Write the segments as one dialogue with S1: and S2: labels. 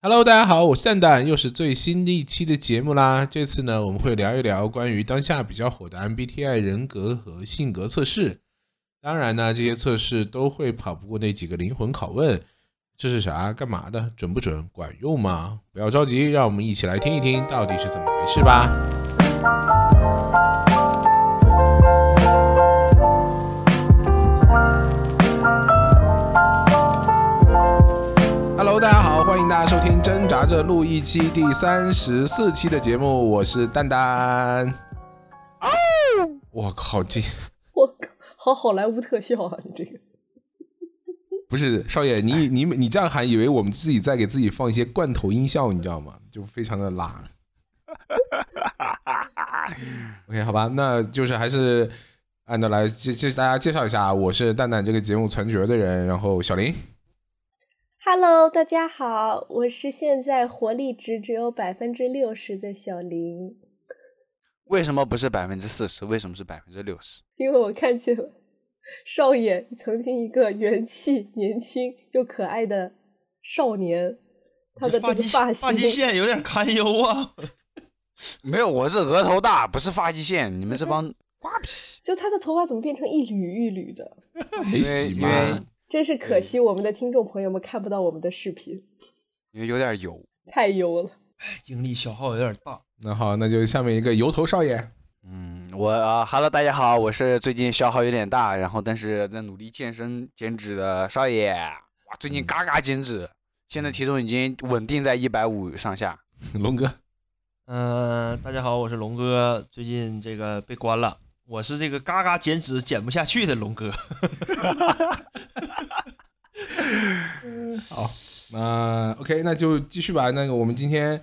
S1: Hello，大家好，我是蛋蛋，又是最新的一期的节目啦。这次呢，我们会聊一聊关于当下比较火的 MBTI 人格和性格测试。当然呢，这些测试都会跑不过那几个灵魂拷问：这是啥？干嘛的？准不准？管用吗？不要着急，让我们一起来听一听到底是怎么回事吧。Hello，大家好，欢迎大家收听《挣扎着录一期》第三十四期的节目，我是蛋蛋。我靠，这
S2: 我靠，好好莱坞特效啊！你这个
S1: 不是少爷，你你你这样喊，以为我们自己在给自己放一些罐头音效，你知道吗？就非常的拉。OK，好吧，那就是还是按照来，这这大家介绍一下，我是蛋蛋这个节目传角的人，然后小林。
S3: Hello，大家好，我是现在活力值只有百分之六十的小林，
S4: 为什么不是百分之四十？为什么是百分之六十？
S3: 因为我看见了少爷曾经一个元气、年轻又可爱的少年，他的这个发
S5: 发际
S3: 型，
S5: 线有点堪忧啊！
S4: 没有，我是额头大，不是发际线。你们这 帮瓜皮，
S3: 就他的头发怎么变成一缕一缕的，
S1: 没洗
S4: 因
S1: 吗
S4: 为？
S3: 真是
S5: 嗯
S3: 可惜我们的听众朋友们看不到我们的视频，
S4: 因为有点油。
S3: 太油了。
S5: 精力消耗有点大。
S1: 那好，那就下面一个油头少爷。
S4: 嗯，我啊哈喽，大家好，我是最近消耗有点大，然后但是在努力健身减脂的少爷。哇，最近嘎嘎减脂，现在体重已经稳定在一百五上下。
S1: 龙哥，
S5: 嗯、大家好，我是龙哥，最近这个被关了，我是这个嘎嘎减脂减不下去的龙哥。
S2: 嗯
S1: 好，那呃 OK，那就继续吧。那个，我们今天，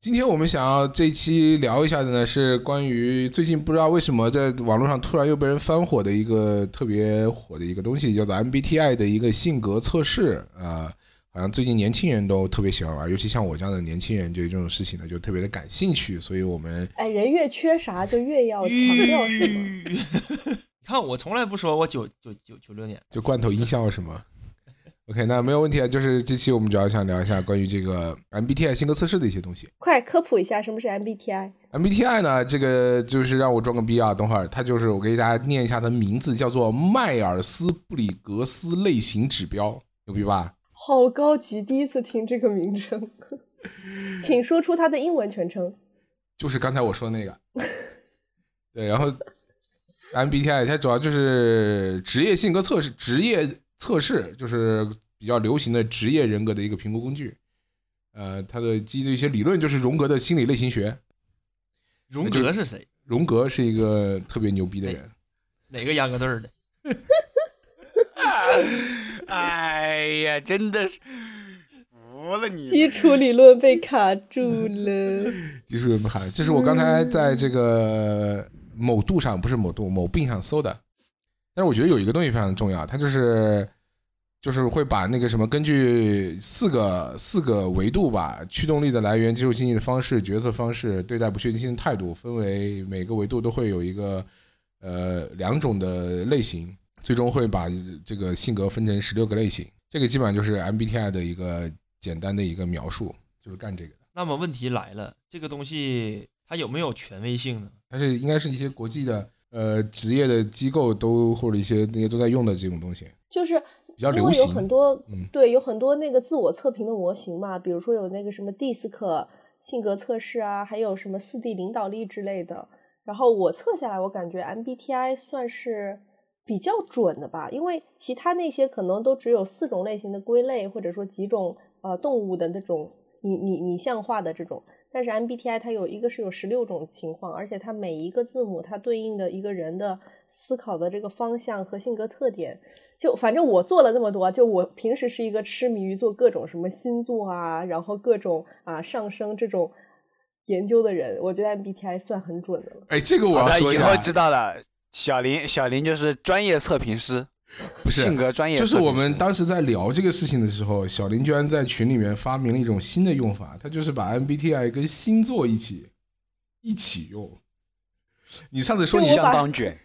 S1: 今天我们想要这一期聊一下的呢，是关于最近不知道为什么在网络上突然又被人翻火的一个特别火的一个东西，叫做 MBTI 的一个性格测试啊、呃好像最近年轻人都特别喜欢玩，尤其像我这样的年轻人，对这种事情呢就特别的感兴趣。所以我们
S3: 哎，人越缺啥就越要强调什么，
S5: 你看，我从来不说我九九九九六年，
S1: 就罐头音效是吗？OK，那没有问题啊。就是这期我们主要想聊一下关于这个 MBTI 性格测试的一些东西。
S3: 快科普一下什么是 MBTI。
S1: MBTI 呢，这个就是让我装个逼啊！等会儿它就是我给大家念一下它的名字，叫做迈尔斯布里格斯类型指标，牛逼吧？
S3: 好高级，第一次听这个名称，请说出它的英文全称。
S1: 就是刚才我说的那个。对，然后 MBTI 它主要就是职业性格测试，职业测试就是比较流行的职业人格的一个评估工具。呃，它的基于一些理论就是荣格的心理类型学，
S5: 荣
S1: 就
S5: 格是谁？
S1: 荣格是一个特别牛逼的人。
S5: 哪个秧歌队儿的？
S4: 哎呀，真的是服了你
S3: 基础理论被卡住了，
S1: 技术人不喊，这是我刚才在这个某度上，不是某度某病上搜的。但是我觉得有一个东西非常重要，它就是就是会把那个什么，根据四个四个维度吧，驱动力的来源、接受经济的方式、决策方式、对待不确定性的态度，分为每个维度都会有一个呃两种的类型，最终会把这个性格分成十六个类型。这个基本上就是 MBTI 的一个简单的一个描述，就是干这个的。
S5: 那么问题来了，这个东西它有没有权威性呢？
S1: 它是应该是一些国际的呃职业的机构都或者一些那些都在用的这种东西，
S3: 就是
S1: 较
S3: 因
S1: 流
S3: 为有
S1: 行
S3: 很多、
S1: 嗯
S3: 对有很多那个自我测评的模型嘛，比如说有那个什么 DISC 性格测试啊，还有什么四 D 领导力之类的。然后我测下来，我感觉 MBTI 算是比较准的吧，因为其他那些可能都只有四种类型的归类，或者说几种呃动物的那种拟拟拟像化的这种。但是 MBTI 它有一个是有十六种情况，而且它每一个字母它对应的一个人的思考的这个方向和性格特点，就反正我做了那么多，就我平时是一个痴迷于做各种什么星座啊，然后各种啊上升这种研究的人，我觉得 MBTI 算很准的了。
S1: 哎，这个我
S4: 好
S1: 要
S4: 的，
S1: 说一
S4: 以
S1: 下，
S4: 后知道了。小林，小林就是专业测评师，
S1: 不是
S4: 性格专业测
S1: 就
S4: 评
S1: 是
S4: 师。
S1: 我们当时在聊这个事情的时候，小林居然在群里面发明了一种新的用法，他就是把 MBTI 跟星座一起一起用。你上次说
S3: 对
S1: 你
S3: 我
S4: 相
S3: 把
S4: 当卷，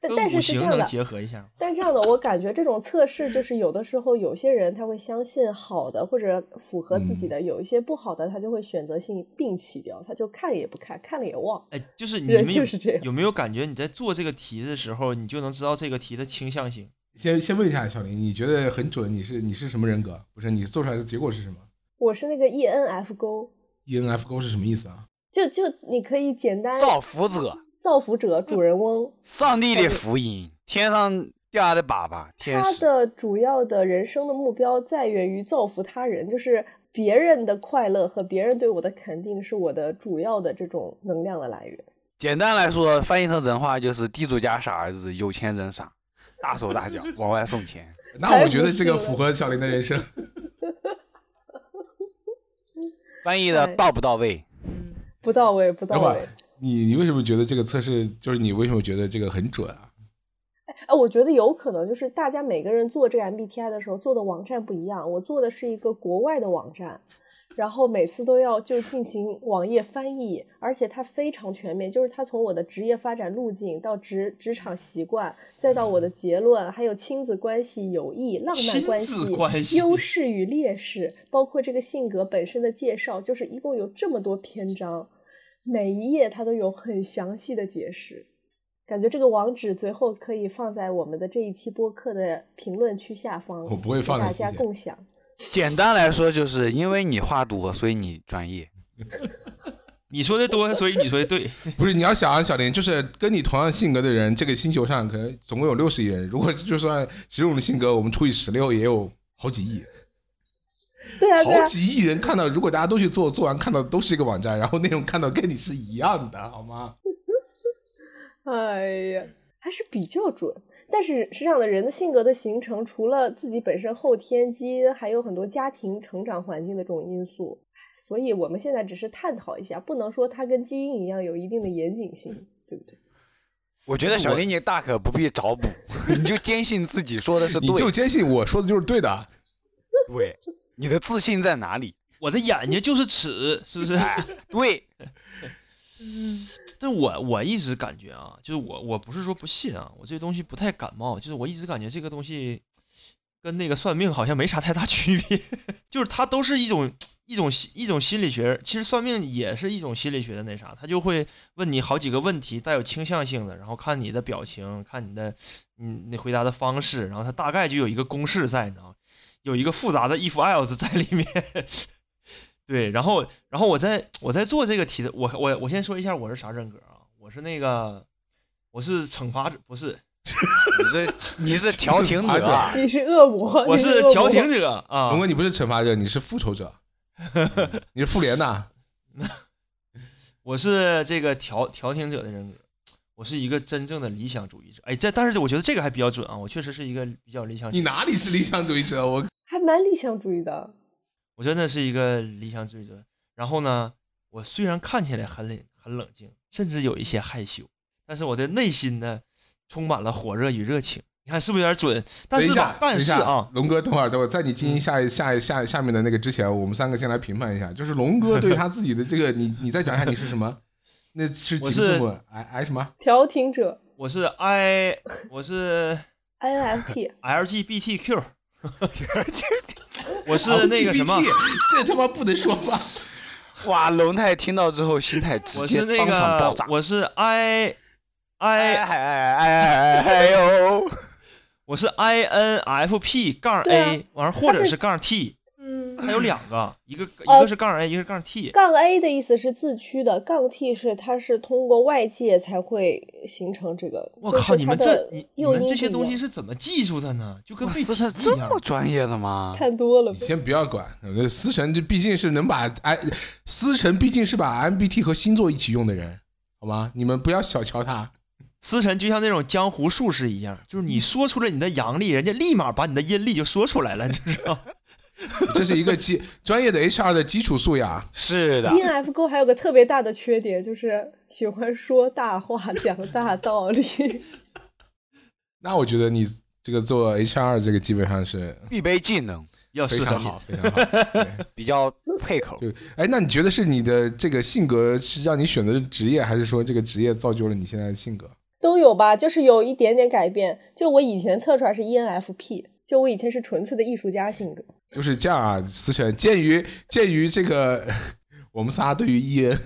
S3: 但
S5: 跟
S3: 但
S5: 五
S3: 是是这
S5: 行
S3: 样
S5: 能
S3: 的，
S5: 结合一下吗？
S3: 但是这样的，我感觉这种测试就是有的时候有些人他会相信好的或者符合自
S5: 嗯
S3: 己的，有一些不好的他就会选择性摒弃掉，他就看也不看，看了也忘。
S5: 哎，就是你
S3: 人
S5: 们
S3: 就
S5: 有
S3: 是这样
S5: 有没有感觉你在做这个题的时候，你就能知道这个题的倾向性？
S1: 先先问一下小林，你觉得很准？你是你是什么人格？不是你做出来的结果是什么？E
S3: 我是那个 ENF 勾，
S1: ？ENFJ 是什么意思啊？
S3: 就就你可以简单
S4: 造福者，
S3: 造福者主人翁，
S4: 上帝的福音，天上掉下的粑粑，天
S3: 他
S4: 使。
S3: 的主要的人生的目标在源于造福他人，就是别人的快乐和别人对我的肯定是我的主要的这种能量的来源。
S4: 简单来说，翻译成人话就是地主家傻儿子，有钱人傻，大手大脚往外送钱。
S1: 那我觉得这个符合小林的人生。
S4: 翻译的
S3: 哎
S4: 到不到位？
S3: 不到位，不到
S1: 等会
S3: 位
S1: 儿。，你你为什么觉得这个测试就是你为什么觉得这个很准啊？
S3: 哎，我觉得有可能就是大家每个人做这个 MBTI 的时候做的网站不一样，我做的是一个国外的网站，然后每次都要就进行网页翻译，而且它非常全面，就是它从我的职业发展路径到职职场习惯，再到我的结论，还有亲子关系、友谊、浪漫关
S5: 亲
S3: 系
S5: 子、关系
S3: 优势与劣势，包括这个性格本身的介绍，就是一共有这么多篇章，每一页它都有很详细的解释。感觉这个网址随后可以放在我们的这一期播客的评论区下方，
S1: 我不会放
S3: 给
S1: 在
S3: 大家
S1: 自己
S3: 共享。
S4: 简单来说，就是因为你话多，所以你专业。
S5: 你说的多，所以你说的对。
S1: 不是，你要想啊，小林，就是跟你同样性格的人，这个星球上可能总共有六十亿人，如果就算十种性格，我们除以十六，也有好几亿。
S3: 对啊，对
S1: 好
S3: 啊，
S1: 几亿人看到，如果大家都去做，做完看到都是一个网站，然后内容看到跟你是一样的，好吗？
S3: 哎呀，还是比较准。但是是这样的，人的性格的形成，除了自己本身后天基因，还有很多家庭成长环境的这种因素。所以我们现在只是探讨一下，不能说它跟基因一样有一定的严谨性，对不对？
S4: 我觉得小林你大可不必找补， 你就坚信自己说的是
S1: 你就
S4: 对。
S1: 坚信我说的就是对的。
S4: 对，你的自信在哪里？
S5: 我的眼睛就是尺，是不是？
S4: 对，
S5: 但我我一直感觉啊，就是我我不是说不信啊，我这东西不太感冒，就是我一直感觉这个东西跟那个算命好像没啥太大 区别，就是它都是一种一种心一种心理学，其实算命也是一种心理学的那啥，他就会问你好几个问题，带有倾向性的，然后看你的表情，看你的嗯你回答的方式，然后它大概就有一个公式在，你知道吗？有一个复杂的 if else 在里面。 对，然后然后我在我在做这个题的，我我我先说一下我是啥人格啊？我是那个我是惩罚者，不是，
S4: 你是你是 调停者啊，
S3: 你是恶
S1: 呃
S3: 魔，
S5: 我
S3: 你
S5: 是
S3: 恶魔
S5: 调停者啊
S1: 龙。哥，你不是惩罚者，你是复仇者， 你是复联呐。
S5: 我是这个调调停者的人格，我是一个真正的理想主义者。哎，这但是我觉得这个还比较准啊，我确实是一个比较理想主
S1: 你
S5: 义者，
S1: 哪里是理想主义者？我
S3: 还蛮理想主义的。
S5: 我真的是一个理想主义者。然后呢，我虽然看起来很冷很冷静，甚至有一些害羞，但是我的内心呢，充满了火热与热情。你看是不是有点准？但
S1: 等
S5: 是
S1: 一下
S5: 吧，，但是
S1: 等一下
S5: 啊，嗯
S1: 龙哥，等会儿，等会儿，在你进行下一下一下一下面的那个之前，我们三个先来评判一下，就是龙哥对他自己的这个，你你再讲一下你是什么？ 那是几个
S5: 我
S1: 字
S5: 是
S1: 母？I I 什么？
S3: 调停者
S5: 我是 I，我是
S3: INFP，
S5: LGBTQ，我是那个
S1: 啊
S5: 什么，
S1: LGBT 这他妈不能说吧？
S4: 哇！龙太听到之后心态直
S5: 我
S4: 接
S5: 是那
S4: 当场爆
S5: 个
S4: 炸，。
S5: 我是 I
S4: 哎哎
S5: I，
S4: 哎哎哎哎呦！
S5: 我是 INFP 杠
S3: 对啊
S5: A，完了或者是杠 T，
S2: 嗯，
S5: 它有两个，一个一
S3: 哦
S5: 个是杠 A，一个是杠 T。
S3: 杠 A 的意思是自驱的，杠 T 是它是通过外界才会形成这个。
S5: 我
S3: 就是
S5: 靠，你
S3: 它
S5: 们
S3: 的
S5: 这你你
S3: 诱
S5: 们
S3: 因
S5: 这些
S3: 不一
S5: 东西
S3: 样
S5: 是怎么记住的呢？就跟
S4: 哇
S5: 背
S4: 这
S5: 题
S4: 是
S5: 一
S4: 这
S5: 样
S4: 么。专业的吗？
S3: 看多了呗
S1: 你。先不要管，我觉得思辰就毕竟是能把哎，思辰毕竟是把 MBT 和星座一起用的人，好吗？你们不要小瞧他。
S5: 思辰就像那种江湖术士一样，就是你说出了你的阳历，人家立马把你的阴历就说出来了，你知道吗？
S1: 这是一个基专业的 HR 的基础素养。
S4: 是的，
S5: 啊
S3: ENF 勾还有个特别大的缺点，就是喜欢说大话、讲大道理。
S1: 那我觉得你这个做 HR 这个基本上是
S4: 必备技能
S5: 要
S1: 非
S5: 适合
S1: 常
S5: 你
S1: 好，非常好。对
S4: 比较配口。
S1: 就哎，那你觉得是你的这个性格是让你选择的职业，还是说这个职业造就了你现在的性格？
S3: 都有吧，就是有一点点改变。就我以前测出来是 E ENFP，就我以前是纯粹的艺术家性格。
S1: 就是这样啊，思辰，鉴于鉴于这个 我们仨对于 E N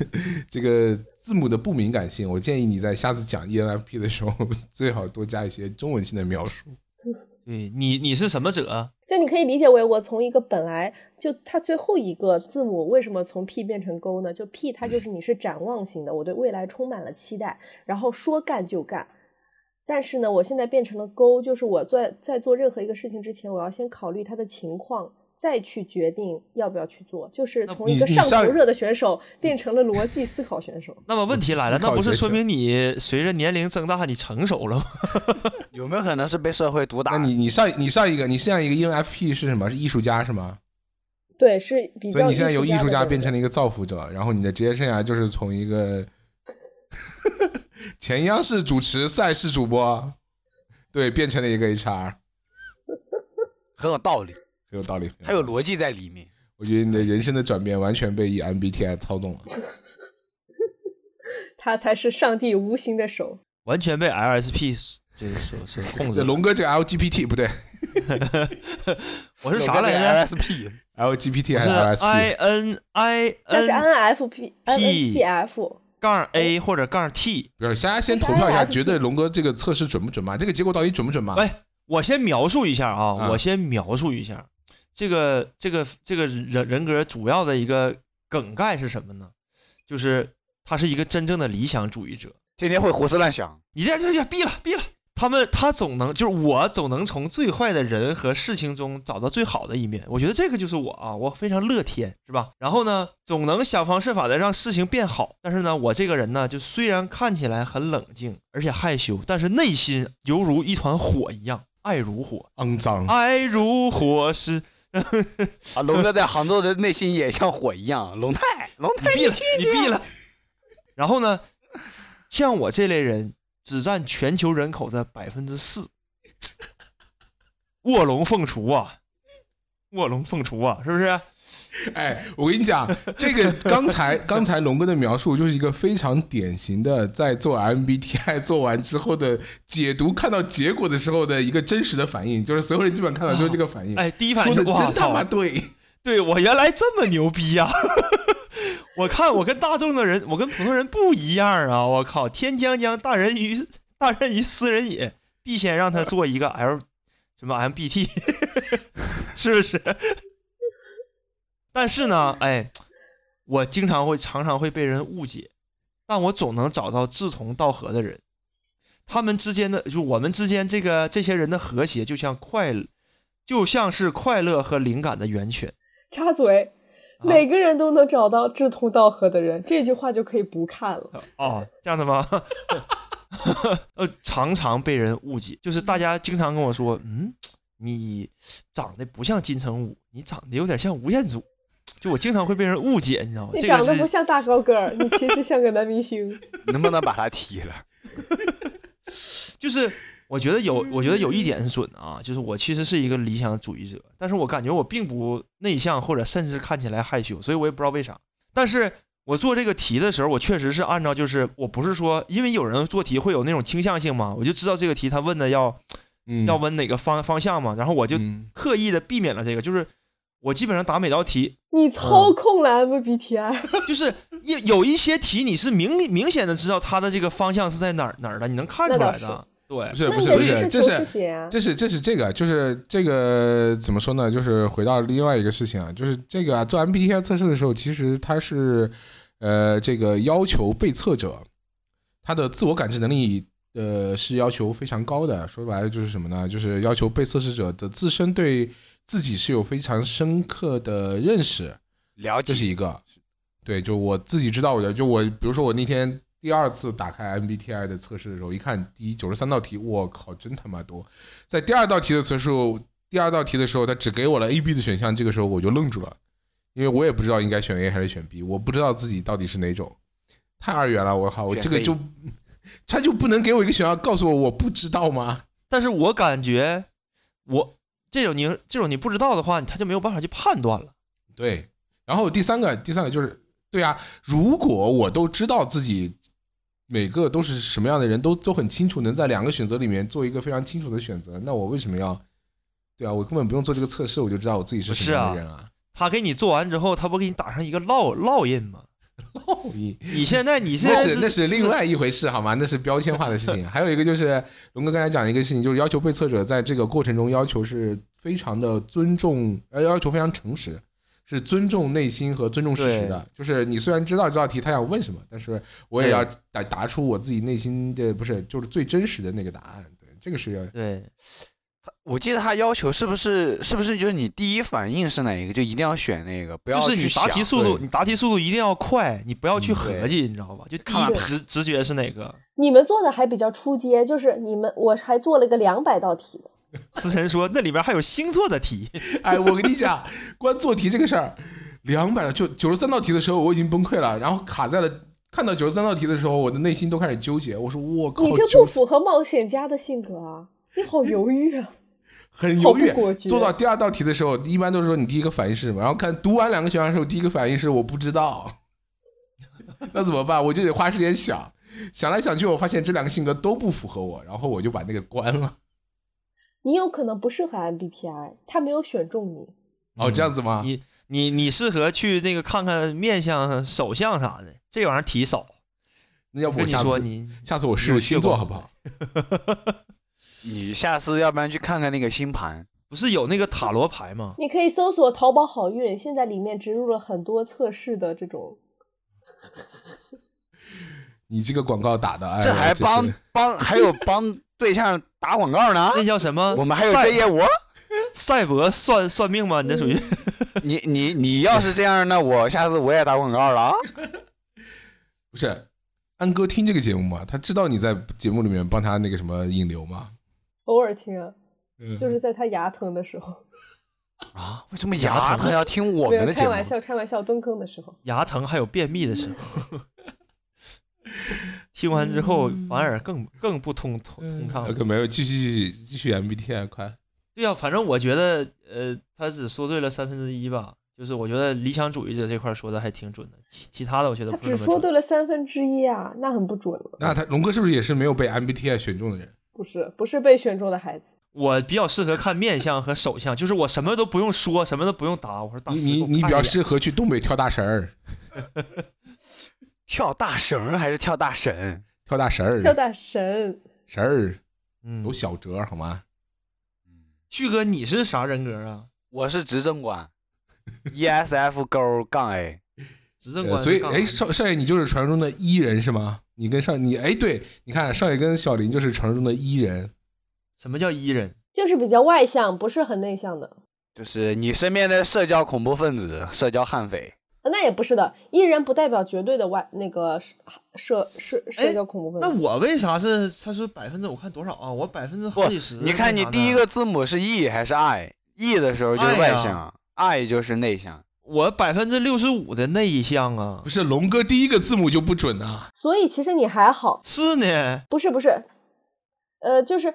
S1: 这个字母的不敏感性，我建议你在下次讲 E N F P 的时候， 最好多加一些中文性的描述。
S5: 对你你是什么者？
S3: 就你可以理解为我从一个本来就它最后一个字母为什么从 P 变成勾呢？就 P 它就是你是展望型的，我对未来充满了期待，然后说干就干。但是呢，我现在变成了勾，就是我在在做任何一个事情之前，我要先考虑它的情况，再去决定要不要去做。就是从一个
S1: 你你上
S3: 上头热的选手变成了逻辑思考选手。
S5: 那么问题来了，
S1: 思
S5: 那
S1: 考
S5: 不是
S1: 觉
S5: 说
S1: 醒
S5: 明你随着年龄增大，你成熟了吗？
S4: 有没有可能是被社会毒打？
S1: 那你你上你上一个你上一个 E N F P 是什么？是艺术家是吗？
S3: 对，是比较
S1: 所以你现在由艺术
S3: 家
S1: 家
S3: 的
S1: 变成了一个造福者，然后你的职业生涯就是从一个 前央视主持赛事主播，对，变成了一个 HR，
S4: 很有道理，
S1: 很有道理。
S4: 还有逻辑在里面。
S1: 我觉得你的人生的转变完全被 EMBTI 操纵了。
S3: 他才是上帝无形的手。
S5: 完全被 LSP 就是所所控制
S1: 这
S5: 了。
S1: 龙哥这个 LGPT 不对
S5: 我是啥来着？
S4: ？LSP，
S1: ，LGPT
S5: 我
S1: 还
S5: 是
S1: 是
S5: I
S1: LSP？
S5: N I
S3: 但是
S5: N
S3: NFP、NFTF
S5: 杠 A 或者杠 T。
S1: 不是，大家先投票一下，觉得龙哥这个测试准不准嘛？这个结果到底准不准嘛？
S5: 喂，我先描述一下啊，
S1: 嗯
S5: 我先描述一下这个这个这个人人格主要的一个梗概是什么呢？就是他是一个真正的理想主义者。
S4: 天天会胡思乱想，
S5: 你这样就就毙了毙了。他们他总能就是我总能从最坏的人和事情中找到最好的一面，我觉得这个就是我啊，我非常乐天，是吧？然后呢，总能想方设法的让事情变好。但是呢，我这个人呢，就虽然看起来很冷静，而且害羞，但是内心犹如一团火一样，爱如火，
S1: 肮脏，
S5: 爱如火是。
S4: 啊，龙哥在杭州的内心也像火一样。龙太，龙
S5: 你
S4: 太，
S5: 毙了
S4: 去，
S5: 你毙了。然后呢，像我这类人只占全球人口的百分之四，卧龙凤雏啊，卧龙凤雏啊，是不是？
S1: 哎，我跟你讲，这个刚才刚才龙哥的描述就是一个非常典型的，在做 MBTI 做完之后的解读，看到结果的时候的一个真实的反应，就是所有人基本上看到就是这个反应。
S5: 哎，第一反应
S1: 说
S5: 是
S1: 的
S5: 哇
S1: 真他
S5: 操
S1: 妈，对，
S5: 对我原来这么牛逼呀、 我看我跟大众的人，我跟普通人不一样啊！我靠，天将降大任于大任于斯人也，必先让他做一个 L 什么 MBT，是不是？ 但是呢，哎，我经常会常常会被人误解，但我总能找到志同道合的人。他们之间的，就我们之间这个这些人的和谐，就像快，就像是快乐和灵感的源泉。
S3: 插嘴，
S5: 啊
S3: 每个人都能找到志同道合的人，这句话就可以不看了。
S5: 哦，这样的吗？呃，常常被人误解，就是大家经常跟我说，嗯，你长得不像金城武，你长得有点像吴彦祖，就我经常会被人误解，你知道吗？
S3: 你
S5: 这
S3: 长得
S5: 个
S3: 不
S5: 是
S3: 像大高个儿，你其实像个男明星。
S4: 能不能把他踢了？
S5: 就是我觉得有，
S3: 嗯
S5: 我觉得有一点是准的啊，就是我其实是一个理想主义者，但是我感觉我并不内向，或者甚至看起来害羞，所以我也不知道为啥。但是我做这个题的时候，我确实是按照就是我不是说，因为有人做题会有那种倾向性嘛，我就知道这个题他问的要
S1: 嗯
S5: 要问哪个方方向嘛，然后我就
S1: 嗯
S5: 刻意的避免了这个，就是我基本上答每道题，
S3: 你操控了 MBTI，
S5: 就是有有一些题你是明明显的知道它的这个方向是在哪儿哪儿的，你能看
S3: 那
S5: 出
S3: 倒
S5: 来的。对
S1: 不，是
S3: 那
S1: 不
S3: 你
S1: 是
S3: 的
S1: 不
S3: 是
S1: 是，
S3: 球
S1: 这
S3: 是
S1: 是
S3: 写啊？
S1: 这是这是这个，就是这个怎么说呢？就是回到另外一个事情啊，就是这个、啊、做 MBTI 测试的时候，其实它是呃这个要求被测者他的自我感知能力呃是要求非常高的。说白了就是什么呢？就是要求被测试者的自身对自己是有非常深刻的认识，
S4: 了
S1: 这
S4: 解
S1: 是一个。对，就我自己知道我的，就我比如说我那天第二次打开 MBTI 的测试的时候，一看第一九十三道题，我靠，真他妈多！在第二道题的测试，第二道题的时候，他只给我了 A、B 的选项，这个时候我就愣住了，因为我也不知道应该选 A 还是选 B，我不知道自己到底是哪种，太二元了，我靠，我
S4: 选
S1: 这个
S4: C
S1: 就 他就不能给我一个选项告诉我我不知道吗？
S5: 但是我感觉我这种你这种你不知道的话，他就没有办法去判断了。
S1: 对，然后第三个，第三个就是，对啊，如果我都知道自己每个都是什么样的人都都很清楚，能在两个选择里面做一个非常清楚的选择。那我为什么要？对啊，我根本不用做这个测试，我就知道我自己是
S5: 不
S1: 什
S5: 是
S1: 么样
S5: 啊
S1: 的人啊。
S5: 他给你做完之后，他不给你打上一个烙烙印吗？
S1: 烙印，
S5: 你现在你现
S1: 那
S5: 在
S1: 是那是另外一回事，好吗？那是标签化的 事情。还有一个就是龙哥刚才讲的一个事情，就是要求被测者在这个过程中要求是非常的尊重，呃，要求非常诚实，是尊重内心和尊重事实的。就是你虽然知道这道题他想问什么，但是我也要答答出我自己内心的不是就是最真实的那个答案。对，这个是 要
S5: 对
S4: 我记得他要求是不是是不是就是你第一反应是哪一个就一定要选那个，不要
S5: 就是你
S4: 去
S5: 答题
S4: 想
S5: 速度，
S1: 对
S5: 你答题速度一定要快，你不要去
S1: 嗯
S5: 合
S4: 对
S5: 计，你知道吧？就第
S4: 看
S5: 一直直觉是哪个？
S3: 你们做的还比较出街，就是你们我还做了一个两百道题呢。
S5: 思辰说那里边还有星座的题，
S1: 哎，我跟你讲，关做题这个事儿，两百就九十三道题的时候我已经崩溃了，然后卡在了看到九十三道题的时候，我的内心都开始纠结。我说我靠，
S3: 你这
S1: 纠
S3: 不符合冒险家的性格啊！你好犹豫啊！
S1: 很犹豫
S3: 毫不果。决
S1: 做到第二道题的时候，一般都是说你第一个反应是什么，然后看读完两个选项的时候，第一个反应是我不知道，那怎么办？我就得花时间想。想来想去，我发现这两个性格都不符合我，然后我就把那个关了。
S3: 你有可能不适合 MBTI，他没有选中你。
S1: 哦，这样子
S4: 啊
S1: 吗？
S5: 你你你适合去那个看看面相、手相啥的，这玩意儿题少。
S1: 那要不
S5: 跟
S1: 我
S5: 你
S1: 下
S5: 说
S1: 次，
S5: 你
S1: 下次我试
S5: 有
S1: 试
S5: 血
S1: 星座
S5: 光
S1: 好不好？
S4: 你下次要不然去看看那个星盘，
S5: 不是有那个塔罗牌吗？
S3: 你可以搜索淘宝好运，现在里面植入了很多测试的这种。
S1: 你这个广告打的，哎呀，
S4: 这还
S1: 真是
S4: 帮帮还有帮对象打广告呢。
S5: 那叫什么？
S4: 我们还有
S5: 赛
S4: 这业务，
S5: 赛博算算命吗？你这属于
S4: 你你你要是这样，那我下次我也打广告了啊！
S1: 不是安哥听这个节目吗？他知道你在节目里面帮他那个什么引流吗？
S3: 偶尔听啊，
S1: 嗯
S3: 就是在他牙疼的时候，
S4: 啊，为什么牙疼要听我
S3: 没
S4: 们
S3: 有
S4: 的节
S3: 开
S4: 目？
S3: 玩笑，开玩笑，蹲坑的时候。
S5: 牙疼还有便秘的时候。 听完之后，
S4: 嗯
S5: 反而更更不通通通畅了。
S1: ，OK，没有，继续继续继续 MBTI 快，
S5: 对呀、反正我觉得，呃，他只说对了三分之一吧。就是我觉得理想主义者这块儿说的还挺准的，其其他的我觉得
S3: 他
S5: 不是
S3: 只
S5: 那么
S3: 说
S5: 准。
S3: 对了三分之一啊，那很不准了。
S1: 那他龙哥是不是也是没有被 MBTI 选中的人？
S3: 不是，不是被选中的孩子。
S5: 我比较适合看面相和手相，就是我什么都不用说，什么都不用答。我说大
S1: 你
S5: 师
S1: 你你比较适合去东北跳大神儿，
S4: 跳大绳儿还是跳大神？
S1: 跳大神
S3: 跳
S1: 儿，
S3: 大神，
S1: 神儿
S5: 嗯
S1: 有，小折好吗？
S5: 旭哥你是啥人格啊？
S4: 我是执政官，ESF 勾杠 A。
S5: 执政
S1: 呃
S5: 官、
S1: 所以哎，少少爷你就是传说中的伊人是吗？你跟少你哎对，你看少爷跟小林就是传说中的伊人，
S5: 什么叫伊人？
S3: 就是比较外向，不是很内向的。
S4: 就是你身边的社交恐怖分子、社交悍匪，
S3: 啊那也不是的，艺人不代表绝对的外那个社社社社交恐怖分
S5: 那
S3: 子。
S5: 我为啥是他说百分之我看多少啊？我百分之好
S4: 不
S5: 几十，
S4: 你看你第一个，字母是 E 还是 I？E 的时候就是外向，I 就是内向。
S5: 我百分之六十五的那一项啊
S1: 不，是龙哥第一个字母就不准啊？
S3: 所以其实你还好，
S5: 是呢，
S3: 不是不是，呃，就是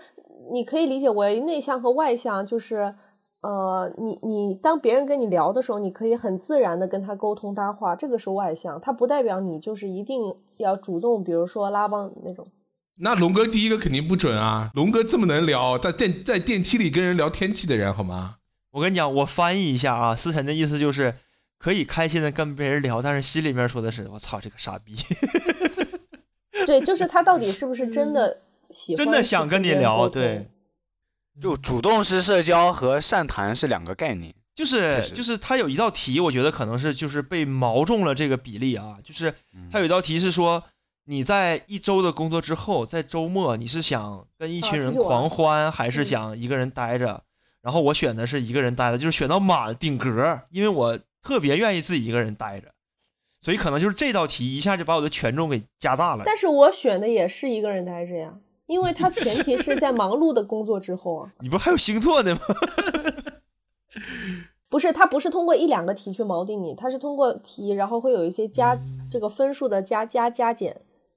S3: 你可以理解为内向和外向，就是呃，你你当别人跟你聊的时候，你可以很自然的跟他沟通搭话，这个是外向，它不代表你就是一定要主动，比如说拉帮那种。
S1: 那龙哥第一个肯定不准啊！龙哥这么能聊，在电在电梯里跟人聊天气的人好吗？
S5: 我跟你讲，我翻译一下啊，思辰的意思就是可以开心的跟别人聊，但是心里面说的是我操这个傻逼，
S3: 对，就是他到底是不是真的喜欢，
S5: 嗯真的想跟你聊，对，，
S4: 就主动式社交和善谈是两个概念。
S5: 就是
S4: 确实
S5: 就是他有一道题，我觉得可能是就是被锚中了这个比例啊，就是
S4: 嗯
S5: 他有一道题是说。你在一周的工作之后，在周末你是想跟一群
S3: 啊
S5: 人
S3: 出去玩
S5: 狂欢，还是
S3: 嗯
S5: 想一个人待着？然后我选的是一个人待着，就是选到满顶格，因为我特别愿意自己一个人待着，所以可能就是这道题一下就把我的权重给加大了。
S3: 但是我选的也是一个人待着呀，因为他前提是在忙碌的工作之后啊，
S5: 你不还有星座呢吗？
S3: 不是他不是通过一两个题去锚定你，他是通过题，然后会有一些加这个分数的加加加减。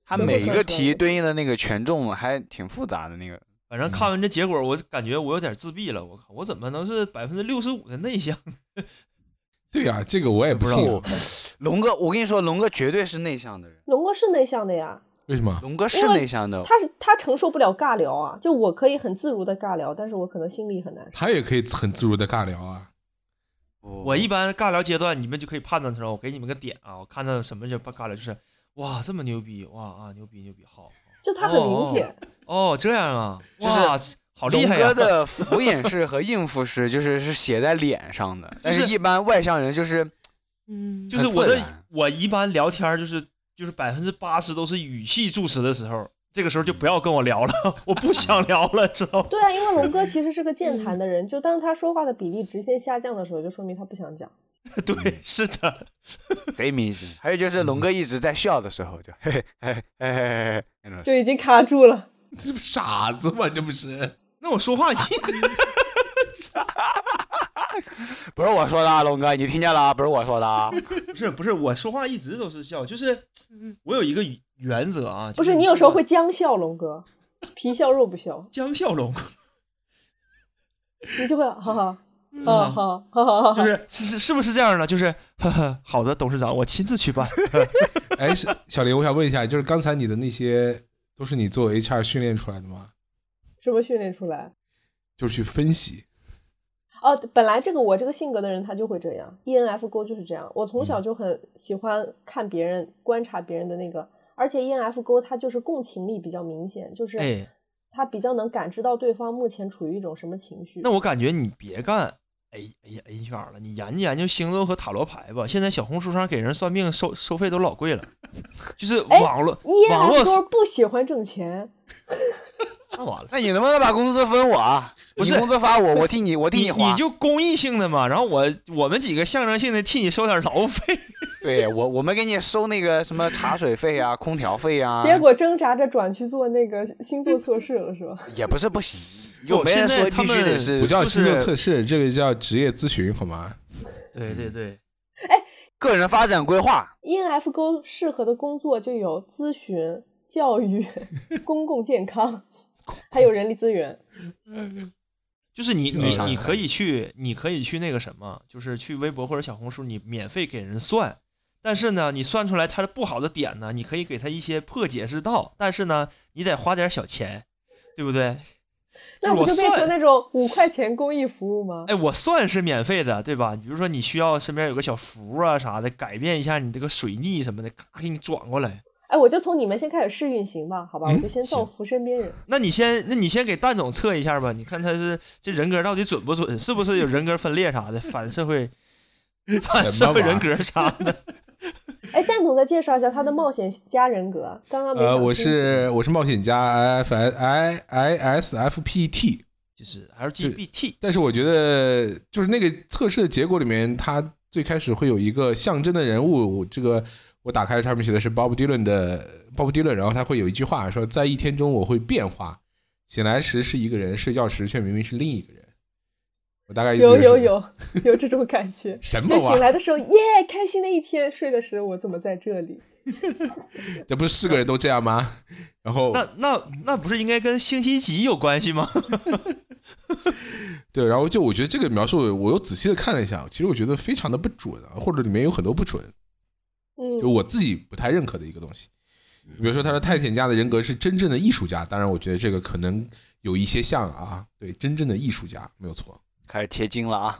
S4: 它每一个题对应的那个权重还挺复杂的那个。
S5: 反正看完这结果，我感觉我有点自闭了。我靠，我怎么能是百分之六十五的内向？
S1: 对呀、这个我也不信、啊。
S4: 龙哥，我跟你说，龙哥绝对是内向的人。
S3: 龙哥是内向的呀，
S1: 为什么？
S4: 龙哥是
S3: 因为
S4: 内向的，
S3: 他是他承受不了尬聊啊，就我可以很自如的尬聊，但是我可能心里很难受。
S1: 他也可以很自如的尬聊啊。
S5: 我
S4: 我
S5: 一般尬聊阶段，你们就可以判断出来。我给你们个点啊，我看到什么叫尬聊，就是哇这么牛逼，哇啊牛逼牛逼，好
S3: 就他很明显，
S5: 哦这样啊，
S4: 就是
S5: 哇好厉
S4: 龙
S5: 害
S4: 哥
S5: 呀！
S4: 的敷衍式和应付式就是是写在脸上的，但
S5: 就是
S4: 一般外向人就是
S2: 嗯，
S5: 就是
S4: 很
S5: 我
S4: 自
S5: 的
S4: 然
S5: 我一般聊天儿就是就是百分之八十都是语气助词的时候，这个时候就
S4: 嗯
S5: 不要跟我聊了， 我不想聊了，知道吗？
S3: 对啊，因为龙哥其实是个健谈的人，就当他说话的比例直线下降的时候，就说明他不想讲。
S4: 嗯
S5: 对，是的，
S4: 贼明显。还有就是
S5: 嗯
S4: 龙哥一直在笑的时候就嘿嘿嘿嘿嘿嘿嘿那种。
S3: 就已经卡住了。
S1: 这不傻子吗？这不是？
S5: 那我说 话一
S4: 不是我说的啊，龙哥，你听见了啊？不是我说的 啊。
S5: 不是不是，我说话一直都是笑，就是
S4: 嗯
S5: 我有一个原原则啊，
S3: 不是你有时候会将笑，龙哥，皮笑肉不笑，
S5: 将笑容，
S3: 你就会哈哈，啊
S5: 啊
S3: 哈哈哈
S5: 就
S3: 哈。
S5: 是是是是不是这样的？就是呵呵，好的，董事长，我亲自去办。
S1: 哎，小小林，我想问一下，就是刚才你的那些都是你做 HR 训练出来的吗？
S3: 什么训练出来？
S1: 就是去分析。
S3: 哦，本来这个我这个性格的人他就会这样，ENFJ ，E 就是这样。我从
S5: 嗯
S3: 小就很喜欢看别人、观察别人的那个，而且 E ENFJ 他就是共情力比较明显，就是
S5: 哎
S3: 他比较能感知到对方目前处于一种什么情绪。
S5: 那我感觉你别干 A A A 圈了，你研究研究星座和塔罗牌吧。现在小红书上给人算命收收费都老贵了， 就是
S3: 哎
S5: 网络网络
S3: ENFJ 不喜欢挣钱，
S5: 那完了，
S4: 那你能不能把工资分我啊？
S5: 不
S4: 你
S5: 是
S4: 工资发我，我替你，我替
S5: 你
S4: 花。
S5: 你就公益性的嘛，然后我我们几个象征性的替你收点劳务费。
S4: 对我，我们给你收那个什么茶水费啊、空调费啊，
S3: 结果挣扎着转去做那个星座测试了，是吧？
S4: 也不是不行。有
S5: 不
S4: 没人
S5: 现在
S4: 说
S5: 他
S4: 必须得
S5: 们
S4: 是，
S1: 不叫
S4: 呃就
S1: 星座
S4: 是
S1: 测试，这个叫职业咨询，好吗？
S5: 对对对，
S4: 个人发展规划。
S3: ？E ENFJ 适合的工作就有咨询、教 育、公共健康，还有人力资
S5: 哎
S3: 源。
S5: 就是你你
S1: 嗯
S5: 你可以去，你可以去那个什么，就是去微博或者小红书，你免费给人算。但是呢，你算出来他的不好的点呢，你可以给他一些破解之道。但是呢，你得花点小钱，对不对？
S3: 那不
S5: 我
S3: 就变成
S5: 算
S3: 那种五块钱公益服务吗？
S5: 哎，我算是免费的，对吧？比如说你需要身边有个小符啊啥的，改变一下你这个水逆什么的，咔给你转过来。
S3: 哎，我就从你们先开始试运行吧，好吧，我
S1: 嗯
S3: 就先造福身边人。
S5: 那你先，那你先给蛋总测一下吧，你看他是这人格到底准不准，是不是有人格分裂啥的，反社会、反
S1: 什么
S5: 社会
S1: 玩意
S5: 人
S1: 儿
S5: 格啥的。
S3: 哎，蛋总再介绍一下他的冒险家人格，刚刚没
S1: 呃，
S3: 讲
S1: 我
S3: 清
S1: 是我是冒险家 I F I I S F P T，
S5: 就是 LGBT，
S1: 但是我觉得就是那个测试的结果里面，它最开始会有一个象征的人物，我这个我打开上面写的是 Bob Dylan 的 Bob Dylan，然后他会有一句话说，在一天中我会变化，醒来时是一个人，睡觉时却明明是另一个人。我大概意思、
S3: 楚
S1: 就
S3: 有
S1: 是、
S3: 有有有这种感 觉。
S1: 什么
S3: 就醒
S1: 玩意儿？
S3: 来的时候，耶，开心的一天；睡的时候，我怎么在这里？
S1: 这不是四个人都这样吗？然后
S5: 那那那不是应该跟星期几有关系吗？
S1: 对，然后就我觉得这个描述，我又仔细的看了一下，其实我觉得非常的不准啊，或者里面有很多不准，就
S3: 嗯，
S1: 我自己不太认可的一个东西。比如说，他说探险家的人格是真正的艺术家，当然我觉得这个可能有一些像啊，对，真正的艺术家没有错，
S4: 开始贴金了啊！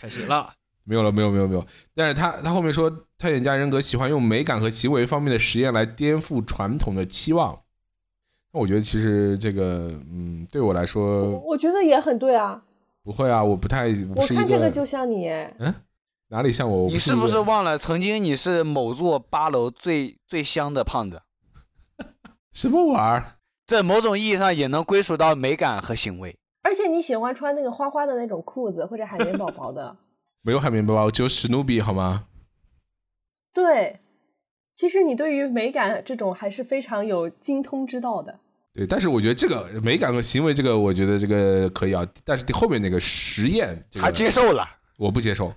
S5: 开始了，
S1: 没有了，没有，没有，没有。但是他他后面说，探险家人格喜欢用美感和行为方面的实验来颠覆传统的期望。那我觉得其实这个，嗯，对我来
S3: 我
S1: 说
S3: 我觉得也很对啊。
S1: 不会啊，我不太，我
S3: 我
S1: 不是一
S3: 看这个
S1: 个
S3: 就像你，哎
S1: 哪里像我，我
S4: 你
S1: 是
S4: 是
S1: 一
S4: 不
S1: 个
S4: 是忘了曾经你是某座八楼最最香的胖子？
S1: 什么玩意儿？
S4: 这某种意义上也能归属到美感和行为。
S3: 而且你喜欢穿那个花花的那种裤子，或者海绵宝 宝的。
S1: 没有海绵宝宝，只有史努比好吗？
S3: 对，其实你对于美感这种还是非常有精通之道的。
S1: 对，但是我觉得这个美感和行为这个，我觉得这个可以啊，但是后面那个实验，这
S4: 他接
S1: 个
S4: 受了，
S1: 我不接受。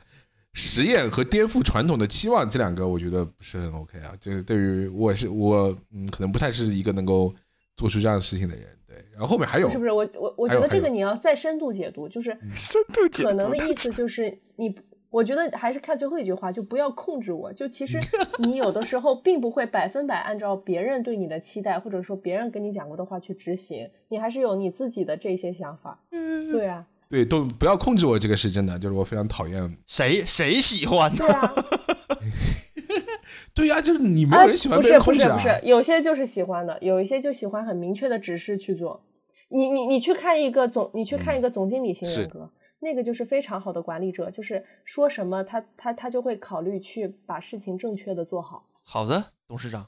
S1: 实验和颠覆传统的期望这两个，我觉得不是很 OK 啊。就是对于我是我，嗯，可能不太是一个能够做出这样的事情的人。对，然后后面还有
S3: 不是不是，我我我
S1: 还
S3: 觉
S1: 有
S3: 得
S1: 还
S3: 这个
S1: 有
S3: 你要再深度解读，就是
S4: 深度解
S3: 可能的意思就是你我觉得还是看最后一句话，就不要控制我。就其实你有的时候并不会百分百按照别人对你的期待，或者说别人跟你讲过的话去执行，你还是有你自己的这些想法。
S2: 嗯，
S3: 对啊，
S1: 对，都不要控制我，这个是真的，就是我非常讨厌。
S5: 谁谁喜欢呢
S3: 对？啊，
S1: 对呀、就是你没
S3: 啊
S1: 有人喜欢
S3: 不
S1: 被
S3: 是
S1: 人
S3: 不
S1: 控
S3: 是
S1: 制
S3: 不
S1: 啊。
S3: 是，有些就是喜欢的，有一些就喜欢很明确的指示去做。你你你去看一个总，你去看一个
S1: 嗯
S3: 总经理型
S4: 是
S3: 人格，那个就是非常好的管理者，就是说什么他他他就会考虑去把事情正确的做好。
S5: 好的，董事长。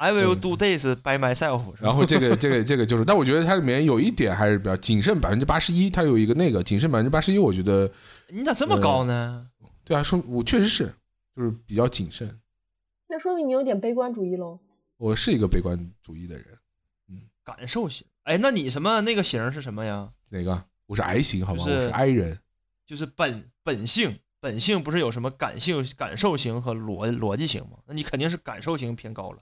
S5: I will do this by myself 是吧。
S1: 然后这个这个这个就是，但我觉得它里面有一点还是比较谨慎百分之八十一，它有一个那个谨慎百分之八十一，我觉得
S5: 你咋这么高呢？
S1: 对啊，说我确实是就是比较谨慎，
S3: 那说明你有点悲观主义喽。
S1: 我是一个悲观主义的人。
S5: 感受型。哎，那你什么那个型是什么呀？
S1: 哪个？我是 I 型，好吗？
S5: 就是
S1: 我是 I 人。
S5: 就是本本性，本性不是有什么感性、感受型和逻逻辑型吗？那你肯定是感受型偏高了。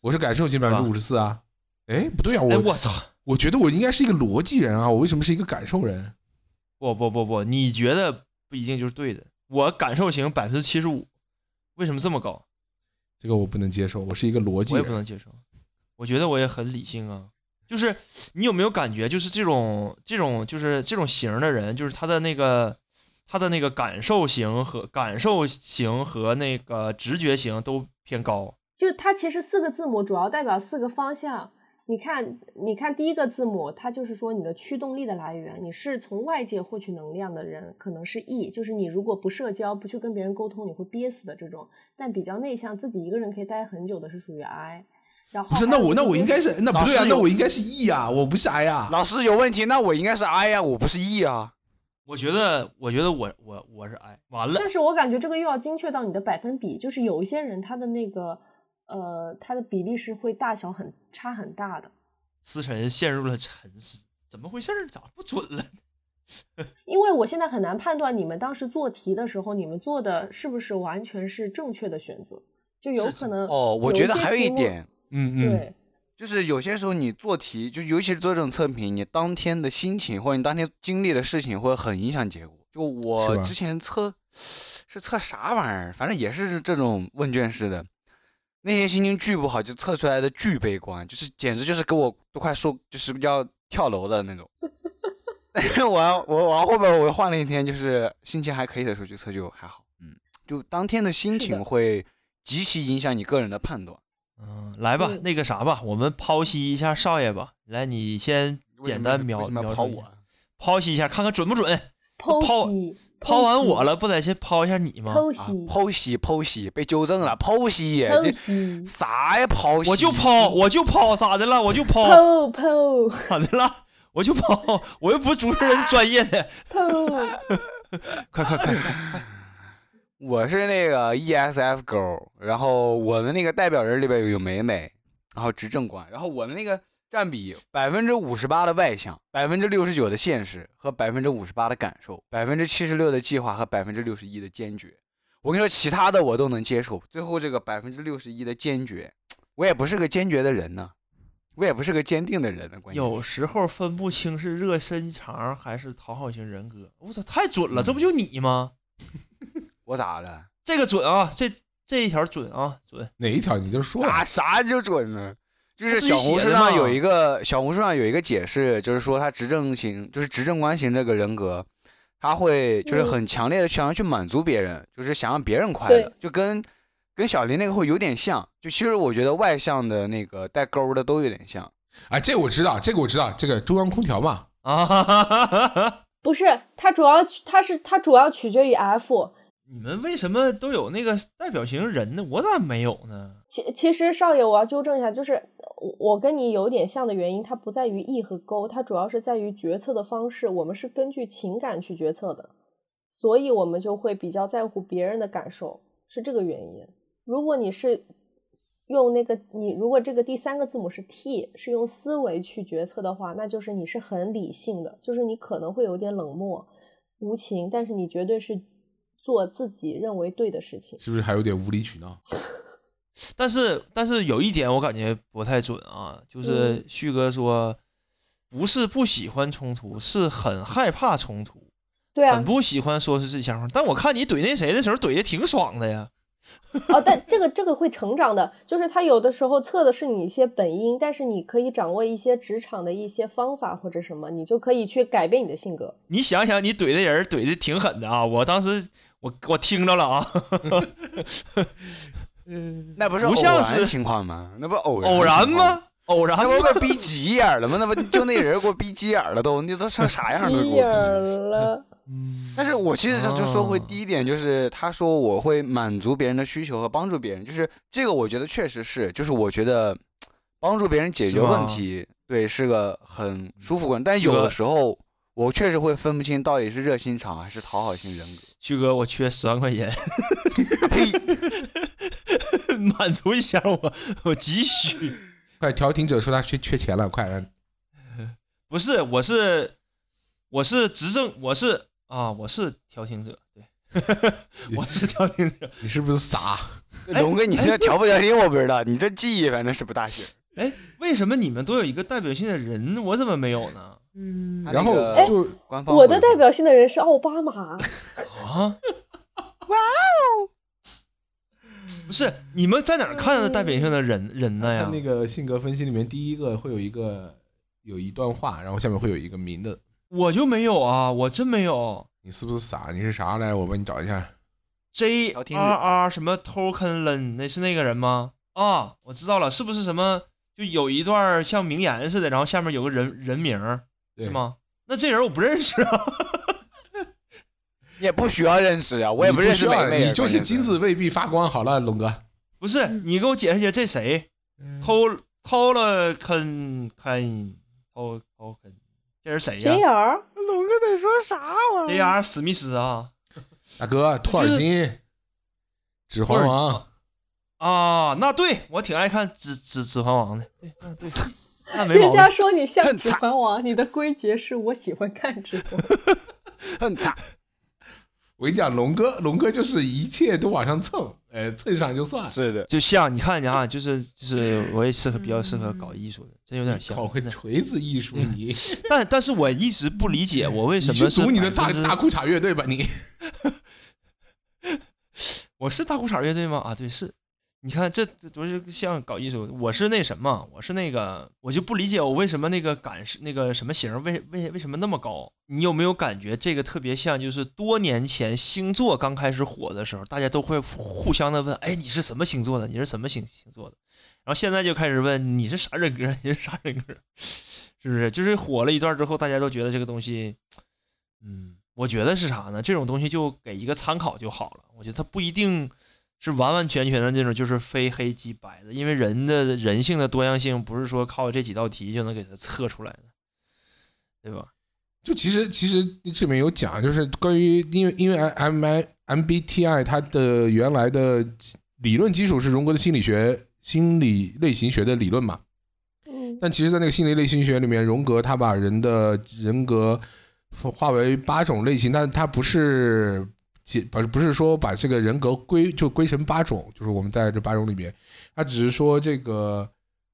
S1: 我是感受型百分之五十四啊。哎，不对啊，
S5: 哎，
S1: 我
S5: 我操！
S1: 我觉得我应该是一个逻辑人啊，我为什么是一个感受人？
S5: 不不不不，你觉得不一定就是对的。我感受型百分之七十五，为什么这么高？
S1: 这个我不能接受，我是一个逻辑
S5: 我也不
S1: 人。
S5: 能接受。我觉得我也很理性啊。就是你有没有感觉，就是这种这种就是这种型儿的人，就是他的那个他的那个感受型和感受型和那个直觉型都偏高。
S3: 就它其实四个字母主要代表四个方向。你看，你看第一个字母，它就是说你的驱动力的来源，你是从外界获取能量的人，可能是 E，就是你如果不社交、不去跟别人沟通，你会憋死的这种。但比较内向，自己一个人可以待很久的是属于 I。然后
S1: 不是，
S3: 还
S1: 那
S3: 有
S1: 我
S3: 一个
S1: 那我
S3: 就
S1: 应该是那不对
S4: 老
S1: 啊，
S4: 师有
S1: 那我应该是 E 啊，我不是 I 啊。
S4: 老师有问题，那我应该是 I 呀、我不是 E 啊。
S5: 我觉得，我觉得我我我是 I，完了
S3: 但是我感觉这个又要精确到你的百分比，就是有一些人他的那个呃他的比例是会大小很差很大的。
S5: 思辰陷入了沉思，怎么回事儿？咋不准了？
S3: 因为我现在很难判断你们当时做题的时候，你们做的是不是完全是正确的选择，就有
S5: 是
S3: 可能
S4: 哦，我
S3: 有
S4: 觉得
S3: 些
S4: 还有
S3: 题
S4: 一
S3: 目，
S4: 点，
S1: 嗯嗯，
S3: 对，
S4: 就是有些时候你做题，就尤其是做这种测评，你当天的心情或者你当天经历的事情会很影响结果。就我
S1: 是吧
S4: 之前测是测啥玩意儿，反正也是这种问卷式的，那天心情巨不好，就测出来的巨悲观，就是简直就是给我都快说就是要跳楼的那种。 但是我要我往后边我换了一天，就是心情还可以的时候去测就还好，嗯，就当天的心
S3: 是
S4: 情
S3: 的
S4: 会极其影响你个人的判断。
S5: 嗯，来吧，
S3: 嗯
S5: 那个啥吧，我们剖析一下少爷吧。来，你先
S4: 为什
S5: 简
S4: 么
S5: 单
S4: 为
S5: 描
S4: 什么要
S5: 描
S4: 跑
S5: 述一
S4: 我啊
S5: 下，剖析一下，看看准不准。
S3: 剖
S5: 抛
S3: 析
S5: 抛完
S3: 析
S5: 我了，不得先抛一下你吗？
S3: 剖
S4: 啊
S3: 析
S4: 剖析剖析，被纠正了，剖析也
S3: 剖
S4: 这
S3: 析
S4: 啥呀？剖析
S5: 我就抛，我就抛，咋的了？我就抛，
S4: 哦
S3: 剖剖
S5: 咋的了？我就抛，我又不是主 持人专业的，
S3: 剖，
S5: 快快快快！
S4: 我是那个 ESF 勾，然后我的那个代表人里边有美美，然后执政官，然后我的那个占比百分之五十八的外向，百分之六十九的现实和百分之五十八的感受，百分之七十六的计划和百分之六十一的坚决。我跟你说，其他的我都能接受，最后这个百分之六十一的坚决，我也不是个坚决的人呢，我也不是个坚定的人呢，关键
S5: 有时候分不清是热身肠还是讨好型人格。我操，太准了，
S4: 嗯
S5: 这不就你吗？
S4: 我咋了？
S5: 这个准啊，这这一条准啊，准。
S1: 哪一条你就 说
S4: 啊，
S1: 啊？
S4: 啥就准呢？就是
S5: 自己
S4: 小红
S5: 写
S4: 书
S5: 的
S4: 上
S5: 嘛
S4: 有一个小红书上有一个解释，就是说他执政型，就是执政官型这个人格，他会就是
S3: 嗯
S4: 很强烈的想要去满足别人，就是想让别人快
S3: 对
S4: 乐，就跟跟小林那个会有点像。就其实我觉得外向的那个带勾儿的都有点像。
S1: 啊，这个我知道，这个我知道，这个中央空调嘛，
S5: 啊哈哈哈哈哈！
S3: 不是它主要它是它主要取决于 F。
S5: 你们为什么都有那个代表型人呢？我咋没有呢？
S3: 其其实少爷，我要纠正一下，就是我我跟你有点像的原因，它不在于 E 和勾，它主要是在于决策的方式。我们是根据情感去决策的，所以我们就会比较在乎别人的感受，是这个原因。如果你是用那个你，如果这个第三个字母是 T，是用思维去决策的话，那就是你是很理性的，就是你可能会有点冷漠、无情，但是你绝对是做自己认为对的事情。
S1: 是不是还有点无理取闹？
S5: 但是但是有一点我感觉不太准啊，就是
S3: 嗯
S5: 旭哥说，不是不喜欢冲突，是很害怕冲突。
S3: 对啊
S5: 很，不喜欢说是自己想法，但我看你怼那谁的时候怼的挺爽的呀。
S3: 哦，但这个这个会成长的，就是他有的时候测的是你一些本因，但是你可以掌握一些职场的一些方法或者什么，你就可以去改变你的性格。
S5: 你想想，你怼的人怼的挺狠的啊！我当时我我听着了啊，
S3: 嗯
S4: 那不是
S5: 不
S4: 偶
S5: 像
S4: 然
S5: 是
S4: 情况吗？那不偶然
S5: 偶
S4: 偶
S5: 然？吗？偶然
S4: 那
S5: 吗？
S4: 不被逼急眼了吗？那不就那人给我逼急眼了都，那都成啥样都 给
S3: 急
S4: 我逼
S3: 眼儿了，
S4: 但是我其实是就说回
S5: 哦
S4: 第一点，就是他说我会满足别人的需求和帮助别人，就是这个我觉得确实是，就是我觉得帮助别人解
S5: 是
S4: 决问
S5: 吗
S4: 题，对，是个很舒服过程。但
S5: 这
S4: 有的
S5: 个
S4: 时候我确实会分不清到底是热心肠还是讨好型人 格。
S5: 旭哥，我缺十万块钱，
S4: 哎
S5: 满足一下我 我急需。
S1: 快，调停者说他缺缺钱了，快让
S5: 不是，我是我是执政，我是啊，我是调停者，对， 我是调停者。
S1: 你是不是傻？
S5: 哎
S4: 龙哥，你现在调不调停我不知道，你这记忆反正是不大行。
S5: 哎，为什么你们都有一个代表性的人，我怎么没有呢？
S2: 嗯
S4: 他
S1: 然
S4: 那
S1: 后
S4: 个
S1: 就
S4: 官方
S3: 哎我
S4: 回
S3: 的
S4: 复
S3: 代表性的人是奥巴马，
S5: 啊？哇哦！不是，你们在哪儿看的代表性的人人呢呀
S1: 嗯看？那个性格分析里面，第一个会有一个有一段话，然后下面会有一个名的。
S5: 我就没有啊，我真没有。
S1: 你是不是傻？你是啥来？我帮你找一下。
S5: J
S4: 聊
S5: R
S4: 天
S5: R 什么 Token Len，那是那个人吗？啊，我知道了，是不是什么？就有一段像名言似的，然后下面有个人人名儿，
S1: 对
S5: 是？吗？那这人我不认识啊。
S4: 也不需要认识啊，我也
S1: 你不
S4: 认识
S1: 需
S4: 每
S1: 要
S4: 位。
S1: 你就是金子未必发光。好了，龙哥，
S5: 不是，
S1: 嗯
S5: 你给我解释解释这谁偷偷了坑坑偷偷坑，这是谁哎呀
S3: j r
S4: 龙哥在说啥玩
S5: ？J R 史密斯啊
S1: 大哥，托尔金，指环王，
S5: 啊，那对我挺爱看指《指指环王》的，对，那对，那没
S2: 人
S5: 毛
S2: 家
S5: 病。
S2: 说你像《
S4: 很
S2: 指
S4: 惨
S2: 环王》，你的归结是我喜欢看《指环王》
S4: 很惨。
S1: 我跟你讲，龙哥，龙哥就是一切都往上蹭，哎，蹭上就算。
S4: 是的，
S5: 就像你看你啊，就是就是我也适合比较适合搞艺术的，真有点像
S1: 搞。个
S5: 真的
S1: 锤子艺术，你
S5: 但但是我一直不理解，我为
S1: 你
S5: 什
S1: 去
S5: 么是
S1: 组你的
S5: 百
S1: 大
S5: 分之
S1: 大裤衩乐队吧，你
S5: 我是大裤衩乐队吗？啊，对，是。你看这这不是像搞艺术，我是那什么，我是那个，我就不理解我为什么那个感是那个什么型儿，为为为什么那么高？你有没有感觉这个特别像，就是多年前星座刚开始火的时候，大家都会互相的问，哎，你是什么星座的？你是什么星星座的？然后现在就开始问你是啥人格？ 你是啥人格？是不是？就是火了一段之后，大家都觉得这个东西，嗯，我觉得是啥呢？这种东西就给一个参考就好了。我觉得它不一定是完完全全的这种，就是非黑即白的，因为人的人性的多样性不是说靠这几道题就能给它测出来的，对吧？
S1: 就其实其实这里面有讲，啊就是关于因为因为 M I M B T I 它的原来的理论基础是荣格的心理学心理类型学的理论嘛，
S3: 嗯，
S1: 但其实，在那个心理类型学里面，荣格他把人的人格划为八种类型，但他不是解不是不是说把这个人格归就归成八种，就是我们在这八种里面，他只是说这个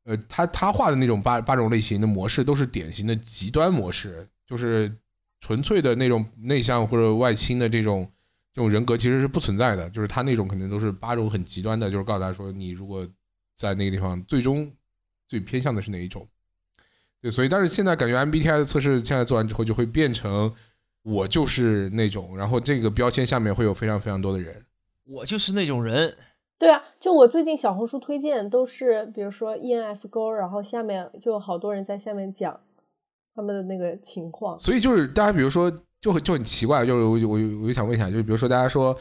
S1: 呃，他他画的那种八八种类型的模式都是典型的极端模式，就是纯粹的那种内向或者外倾的这种。这种人格其实是不存在的，就是他那种肯定都是八种很极端的，就是告诉他说，你如果在那个地方最终最偏向的是哪一种。对，所以但是现在感觉 MBTI 的测试现在做完之后就会变成我就是那种，然后这个标签下面会有非常非常多的人。
S5: 我就是那种人，
S3: 对啊，就我最近小红书推荐都是，比如说 ENF 勾，然后下面就有好多人在下面讲他们的那个情况。
S1: 所以就是大家比如说就很就很奇怪，就是我我我就想问一下，就是比如说大家说。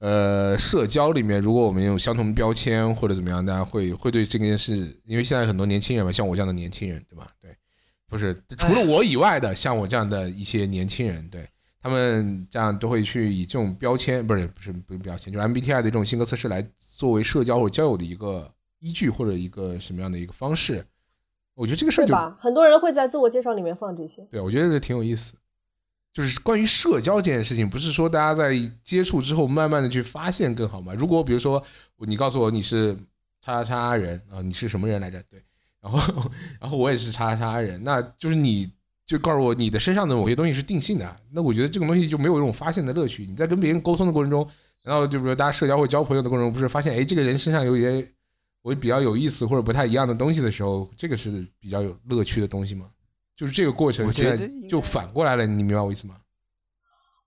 S1: 呃，社交里面，如果我们有相同的标签或者怎么样，大家会会对这件事，因为现在很多年轻人嘛，像我这样的年轻人，对吧？对，不是除了我以外的，像我这样的一些年轻人，对他们这样都会去以这种标签，不是不是不是标签，就是 MBTI 的这种性格测试来作为社交或者交友的一个依据或者一个什么样的一个方式。我觉得这个事儿
S3: 对
S1: 就
S3: 吧？很多人会在自我介绍里面放这些。
S1: 对，我觉得挺有意思。就是关于社交这件事情，不是说大家在接触之后慢慢的去发现更好吗？如果比如说你告诉我你是叉叉叉人啊、你是什么人来着？对，然后然后我也是叉叉叉人，那就是你就告诉我你的身上的某些东西是定性的，那我觉得这种东西就没有这种发现的乐趣。你在跟别人沟通的过程中，然后就比如大家社交或交朋友的过程中，不是发现哎这个人身上有一些我比较有意思或者不太一样的东西的时候，这个是比较有乐趣的东西吗？就是这个过程
S4: 我觉
S1: 现
S4: 得
S1: 在
S4: 应该
S1: 就反过来了，你明白我意思吗？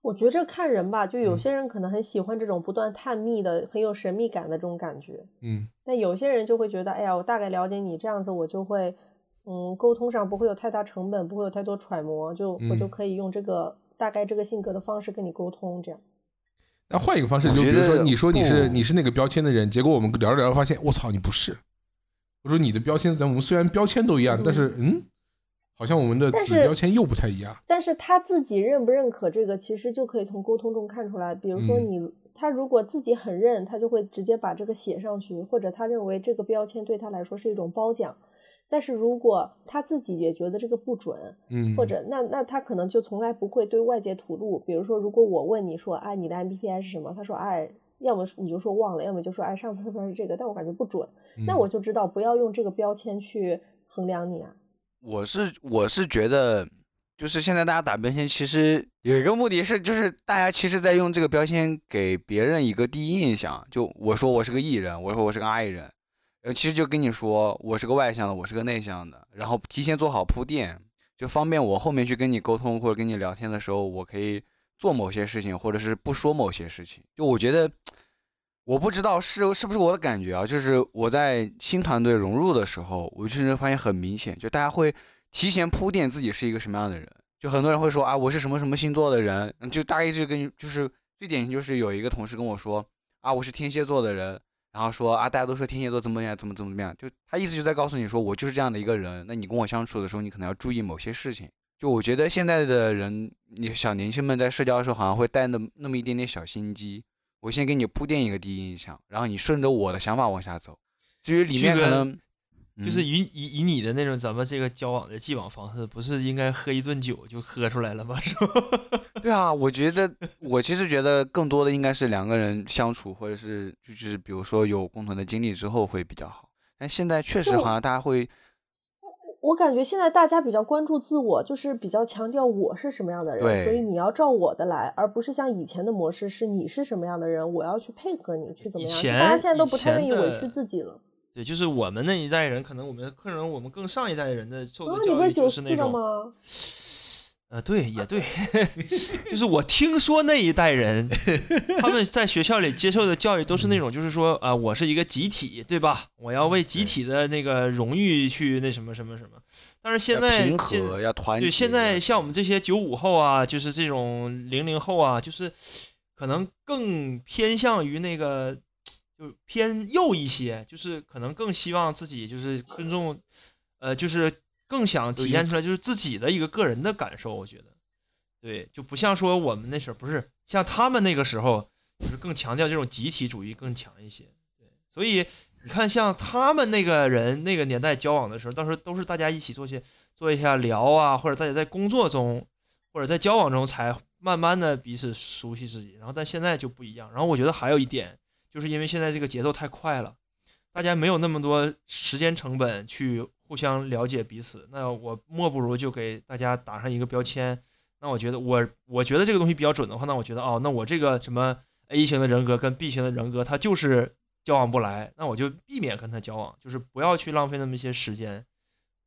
S3: 我觉得这看人吧，就有
S1: 嗯
S3: 些人可能很喜欢这种不断探秘的、很有神秘感的这种感觉，
S1: 嗯
S3: 但有些人就会觉得，哎呀，我大概了解你，这样子我就会，嗯，沟通上不会有太大成本，不会有太多揣摩，就我就
S1: 嗯
S3: 可以用这个大概这个性格的方式跟你沟通，这样。
S1: 那换一个方式，
S4: 我
S1: 就比
S4: 觉
S1: 如说，
S4: 得
S1: 你说你是
S4: 不
S1: 你是那个标签的人，结果我们聊着聊着发现，我操，你不是。我说你的标签，咱们虽然标签都一样，
S3: 嗯
S1: 但是嗯，好像我们的
S3: 但
S1: 子
S3: 是
S1: 标签又不太一样。
S3: 但是他自己认不认可这个，其实就可以从沟通中看出来。比如说
S1: 嗯
S3: 你，他如果自己很认，他就会直接把这个写上去，或者他认为这个标签对他来说是一种褒奖。但是如果他自己也觉得这个不准，
S1: 嗯，
S3: 或者那那他可能就从来不会对外界吐露。比如说，如果我问你说，哎，你的 MBTI 是什么？他说，哎，要么你就说忘了，要么就说，哎，上次测出来是这个，但我感觉不准。
S1: 嗯
S3: 那我就知道不要用这个标签去衡量你啊。
S4: 我是我是觉得，就是现在大家打标签，其实有一个目的是，就是大家其实在用这个标签给别人一个第一印象。就我说我是个 E 人，我说我是个 I 人，然后其实就跟你说我是个外向的，我是个内向的，然后提前做好铺垫，就方便我后面去跟你沟通或者跟你聊天的时候，我可以做某些事情，或者是不说某些事情。就我觉得，我不知道是是不是我的感觉啊，就是我在新团队融入的时候，我就是发现很明显，就大家会提前铺垫自己是一个什么样的人。就很多人会说啊，我是什么什么星座的人，嗯就大概就跟就是最典型就是有一个同事跟我说啊，我是天蝎座的人，然后说啊，大家都说天蝎座怎么样，怎么怎么怎么样，就他意思就在告诉你说我就是这样的一个人，那你跟我相处的时候，你可能要注意某些事情。就我觉得现在的人，你小年轻们在社交的时候好像会带那么那么一点点小心机，我先给你铺垫一个第一印象，然后你顺着我的想法往下走。至于里
S5: 旭
S4: 面可
S5: 哥
S4: 能
S5: 就是
S4: 嗯
S5: 以以以你的那种咱们这个交往的既往方式，不是应该喝一顿酒就喝出来了吗？是 吧？
S4: 对啊，我觉得我其实觉得更多的应该是两个人相处，或者是就就是比如说有共同的经历之后会比较好。但现在确实好像大家会，
S3: 我感觉现在大家比较关注自我，就是比较强调我是什么样的人，
S4: 对
S3: 所以你要照我的来，而不是像以前的模式是你是什么样的人，我要去配合你去怎么样。
S5: 以
S3: 就
S5: 前
S3: 大家现在都
S5: 以
S3: 不太愿
S5: 前
S3: 意委
S5: 的
S3: 屈自己了。
S5: 对，就是我们那一代人，可能我们可能我们更上一代人的受
S3: 啊
S5: 的，
S3: 你不
S5: 教
S3: 是
S5: 育就
S3: 九
S5: 是
S3: 四
S5: 那
S3: 的
S5: 种，
S3: 吗？
S5: 呃，对，也对，就是我听说那一代人，他们在学校里接受的教育都是那种，就是说啊、我是一个集体，对吧？我要为集
S4: 对
S5: 体的那个荣誉去那什么什么什么。但是现
S4: 要
S5: 在
S4: 平
S5: 现
S4: 和，要团结。啊
S5: 对，现在
S4: 要
S5: 像我们这些九五后啊，就是这种零零后啊，就是可能更偏向于那个，就偏右一些，就是可能更希望自己就是尊重，呃，就是更想体现出来就是自己的一个个人的感受，我觉得，对，就不像说我们那时候不是像他们那个时候，就是更强调这种集体主义更强一些，对，所以。你看，像他们那个人那个年代交往的时候，当时都是大家一起做些做一下聊啊，或者大家在工作中或者在交往中才慢慢的彼此熟悉自己。然后但现在就不一样。然后我觉得还有一点，就是因为现在这个节奏太快了，大家没有那么多时间成本去互相了解彼此。那我莫不如就给大家打上一个标签。那我觉得我我觉得这个东西比较准的话，那我觉得哦，那我这个什么 A 型的人格跟 B 型的人格，他就是交往不来，那我就避免跟他交往，就是不要去浪费那么些时间。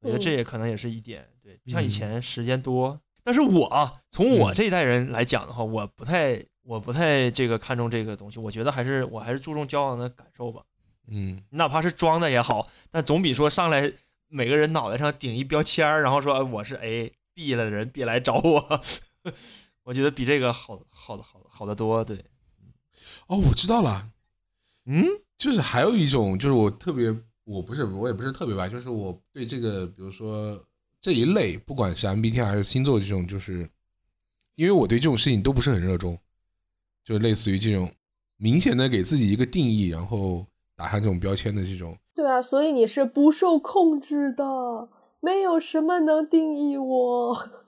S5: 我觉得
S3: 嗯
S5: 这也可能也是一点，对，不像以
S1: 嗯
S5: 前时间多。但是我啊，从我
S1: 嗯
S5: 这一代人来讲的话，我不太，我不太这个看重这个东西。我觉得还是我还是注重交往的感受吧。
S1: 嗯，
S5: 你哪怕是装的也好，但总比说上来每个人脑袋上顶一标签儿，然后说哎我是 A B 了的人，别来找我。 我觉得比这个好好的好得好得多。对，
S1: 哦，我知道了，
S5: 嗯，
S1: 就是还有一种，就是我特别，我不是我也不是特别吧，就是我对这个，比如说这一类，不管是 MBTI 啊还是星座这种，就是因为我对这种事情都不是很热衷，就是类似于这种明显的给自己一个定义，然后打上这种标签的这种，
S3: 对啊，所以你是不受控制的，没有什么能定义我。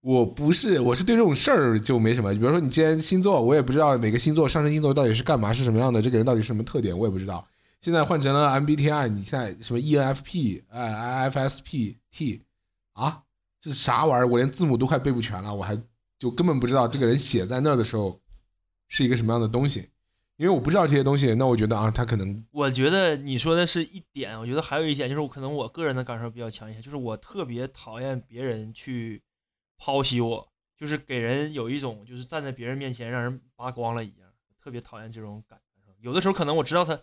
S1: 我不是，我是对这种事儿就没什么。比如说你今天星座，我也不知道每个星座上升星座到底是干嘛，是什么样的，这个人到底是什么特点，我也不知道。现在换成 E 了 MBTI，你现在什么 ENFP、哎 IFSP、T 啊，这啥玩意儿？我连字母都快背不全了，我还就根本不知道这个人写在那儿的时候是一个什么样的东西，因为我不知道这些东西，那我觉得啊，他可能
S5: 我觉得你说的是一点，我觉得还有一点就是，我可能我个人的感受比较强一些，就是我特别讨厌别人去剖析我，就是给人有一种就是站在别人面前让人扒光了一样，特别讨厌这种感受。有的时候可能我知道他，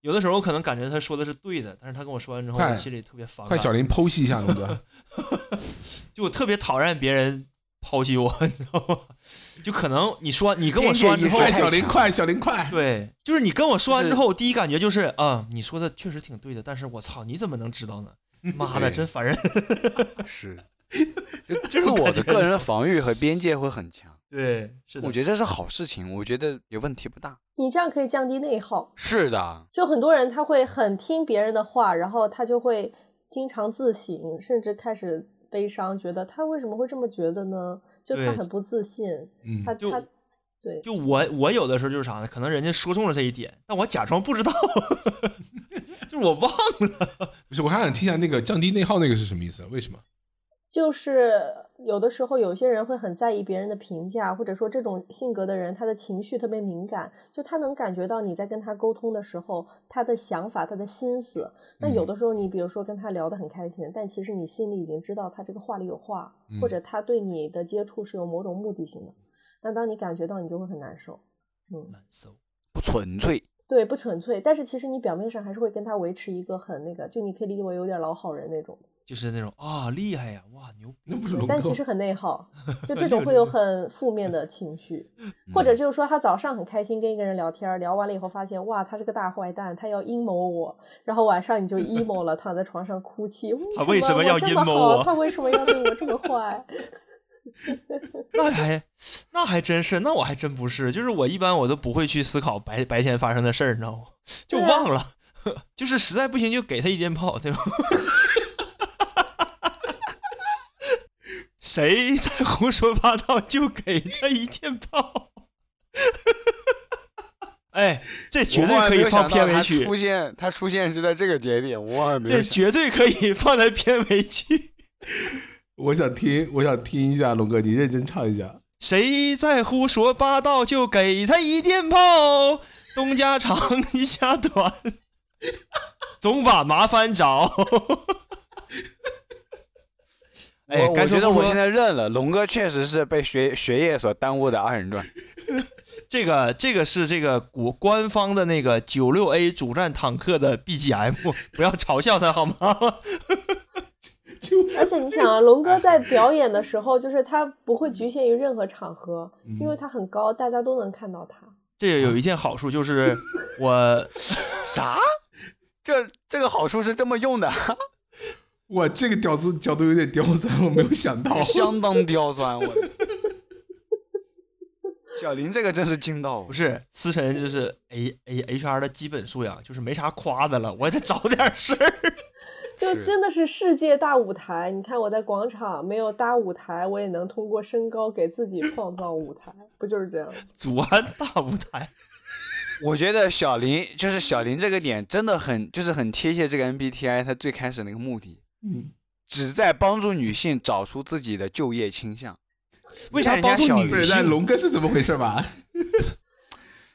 S5: 有的时候我可能感觉他说的是对的，但是他跟我说完之后，
S1: 快
S5: 我心里特别反
S1: 快
S5: 感。
S1: 小林剖析一下龙哥，
S5: 就我特别讨厌别人剖析我， 你知道吗？就可能你说你跟我说完之后
S1: 快
S4: 边界意识
S1: 小林快小林快，
S5: 对，就是你跟我说完
S4: 就
S5: 之
S4: 是
S5: 后，第一感觉就是啊、你说的确实挺对的，但是我操，你怎么能知道呢？妈的，
S4: 对
S5: 真烦人！
S4: 是
S5: 这
S4: 自
S5: 种
S4: 我
S5: 感
S4: 的
S5: 觉
S4: 个人的防御和边界会很强，
S5: 对，是的，
S4: 我觉得这是好事情，我觉得也问题不大。
S3: 你这样可以降低内耗。
S4: 是的，
S3: 就很多人他会很听别人的话，然后他就会经常自省，甚至开始悲伤，觉得他为什么会这么觉得呢？就他
S5: 对
S3: 很不自信，
S1: 嗯，
S3: 他
S5: 就
S3: 他对
S5: 就我我有的时候就是啥呢？可能人家说中了这一点，但我假装不知道， 就是我忘了。
S1: 不是，我还想听一下那个降低内耗那个是什么意思？为什么？
S3: 就是有的时候有些人会很在意别人的评价，或者说这种性格的人他的情绪特别敏感，就他能感觉到你在跟他沟通的时候他的想法、他的心思。那
S1: 嗯
S3: 有的时候你比如说跟他聊得很开心，但其实你心里已经知道他这个话里有话，
S1: 嗯
S3: 或者他对你的接触是有某种目的性的。那当你感觉到，你就会很难受。嗯，
S5: 难受，
S4: 不纯粹，
S3: 对，不纯粹，但是其实你表面上还是会跟他维持一个很那个，就你可以理解为有点老好人那种。
S5: 就是那种啊，厉害呀，哇，牛逼！
S1: 那不是龙
S3: 但其
S1: 哥
S3: 实很内耗， 就这种会有很负面的情绪，
S5: 嗯
S3: 或
S4: 嗯
S3: 者就是说他早上很开心跟一个人聊天儿，聊完了以后发现哇他是个大坏蛋，他要阴谋我，然后晚上 你就 emo 了，躺在床上哭泣，
S5: 他为什么要
S3: 我这
S5: 阴
S3: 么
S5: 谋
S3: 好
S5: 我
S3: 他为什么要对我这么坏？
S5: 那还那还真是，那我还真不是，就是我一般我都不会去思考白白天发生的事儿，你知道吗？就
S3: 对啊
S5: 忘了， 就是实在不行就给他一鞭炮，对吧？ 谁在胡说八道就给他一电炮。 哎，这绝对可以放片尾曲
S4: 出，现它出现是在这个节点，我万万没有
S5: 这
S4: 想。
S5: 绝对可以放在片尾曲。
S1: 我想听，我想听一下龙哥，你认真唱一下。
S5: 谁在胡说八道就给他一电炮，东家长西家短， 总把麻烦找。哎，
S4: 我
S5: 该
S4: 我
S5: 说
S4: 觉得
S5: 不
S4: 我
S5: 说
S4: 现在认了，龙哥确实是被学学业所耽误的二人转。
S5: 这个这个是这个国官方的那个九六 A 主战坦克的 BGM，不要嘲笑他好吗？
S3: 而且你想 啊，龙哥在表演的时候，就是他不会局限于任何场合，
S5: 嗯
S3: 因为他很高，大家都能看到他。
S5: 这个有一件好处就是我
S4: 啥？这这个好处是这么用的，啊
S1: 哇，这个角度角度有点刁钻，我没有想到。
S4: 相当刁钻。我的小林这个真是惊到我
S5: 不。是思辰，就是 A A H R 的基本素养，就是没啥夸的了，我得找点事儿。
S3: 就是真的是世界大舞台。你看我在广场没有搭舞台，我也能通过身高给自己创造舞台，不就是这样？
S5: 祖安大舞台，
S4: 我觉得小林就是小林这个点真的很就是很贴切这个 MBTI 它最开始那个目的，
S1: 嗯，
S4: 旨在帮助女性找出自己的就业倾向。
S5: 为啥
S4: 你看
S5: 帮
S4: 人
S5: 助
S4: 家小
S5: 女
S1: 不是，
S5: 性
S1: 那龙哥是怎么回事吧？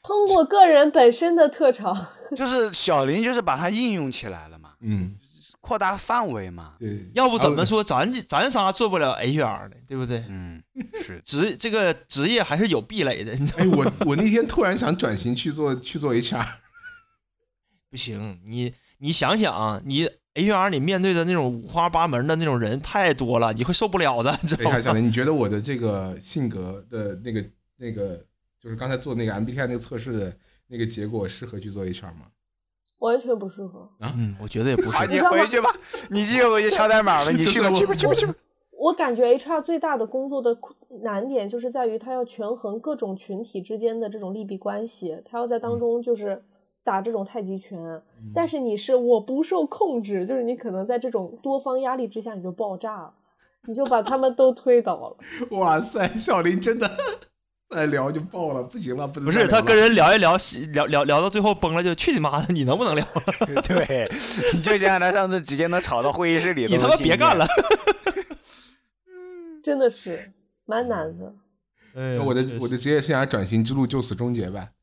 S3: 通过个人本身的特长，
S4: 就是小林就是把它应用起来了嘛，
S1: 嗯，
S4: 扩大范围嘛。
S1: 对。
S5: 要不怎么说咱咱仨做不了 HR 呢？对不对？
S4: 嗯，是
S5: 职这个职业还是有壁垒的，你知 道
S1: 哎，我我那天突然想转型去做去做 HR，
S5: 不行，你你想想啊，你 HR 你面对的那种五花八门的那种人太多了，你会受不了的，你知
S1: 等一
S5: 道
S1: 下，小
S5: 吗？
S1: 林，你觉得我的这个性格的那个那个，就是刚才做那个 MBTI 那个测试的那个结果，适合去做 HR 吗？
S3: 完全不适合。
S5: 嗯，我觉得也不
S1: 哎
S4: 啊，
S5: 是。
S4: 你回去吧，你去回去敲代码吧，你去吧
S1: 这是
S4: 去吧
S1: 我
S4: 去吧去吧。
S3: 我感觉 HR 最大的工作的困难点就是在于它要权衡各种群体之间的这种利弊关系，它要在当中就是打这种太极拳。但是你是我不受控制，就是你可能在这种多方压力之下你就爆炸了，你就把他们都推倒了。
S1: 哇塞，小林真的 再聊就爆了，不行了，不能
S5: 不
S1: 再
S5: 是
S1: 聊
S5: 他
S1: 了
S5: 跟人聊一聊，聊聊聊到最后崩了就去你妈的，你能不能聊了？
S1: 啊
S4: 对，你就想想他上次直接能吵到会议室里，
S5: 你他妈别干了。
S3: 真的是蛮难的。
S5: 哎
S1: 那
S5: 呀
S1: 我的
S5: 真
S1: 我的
S5: 是
S1: 职业生涯转型之路就此终结呗。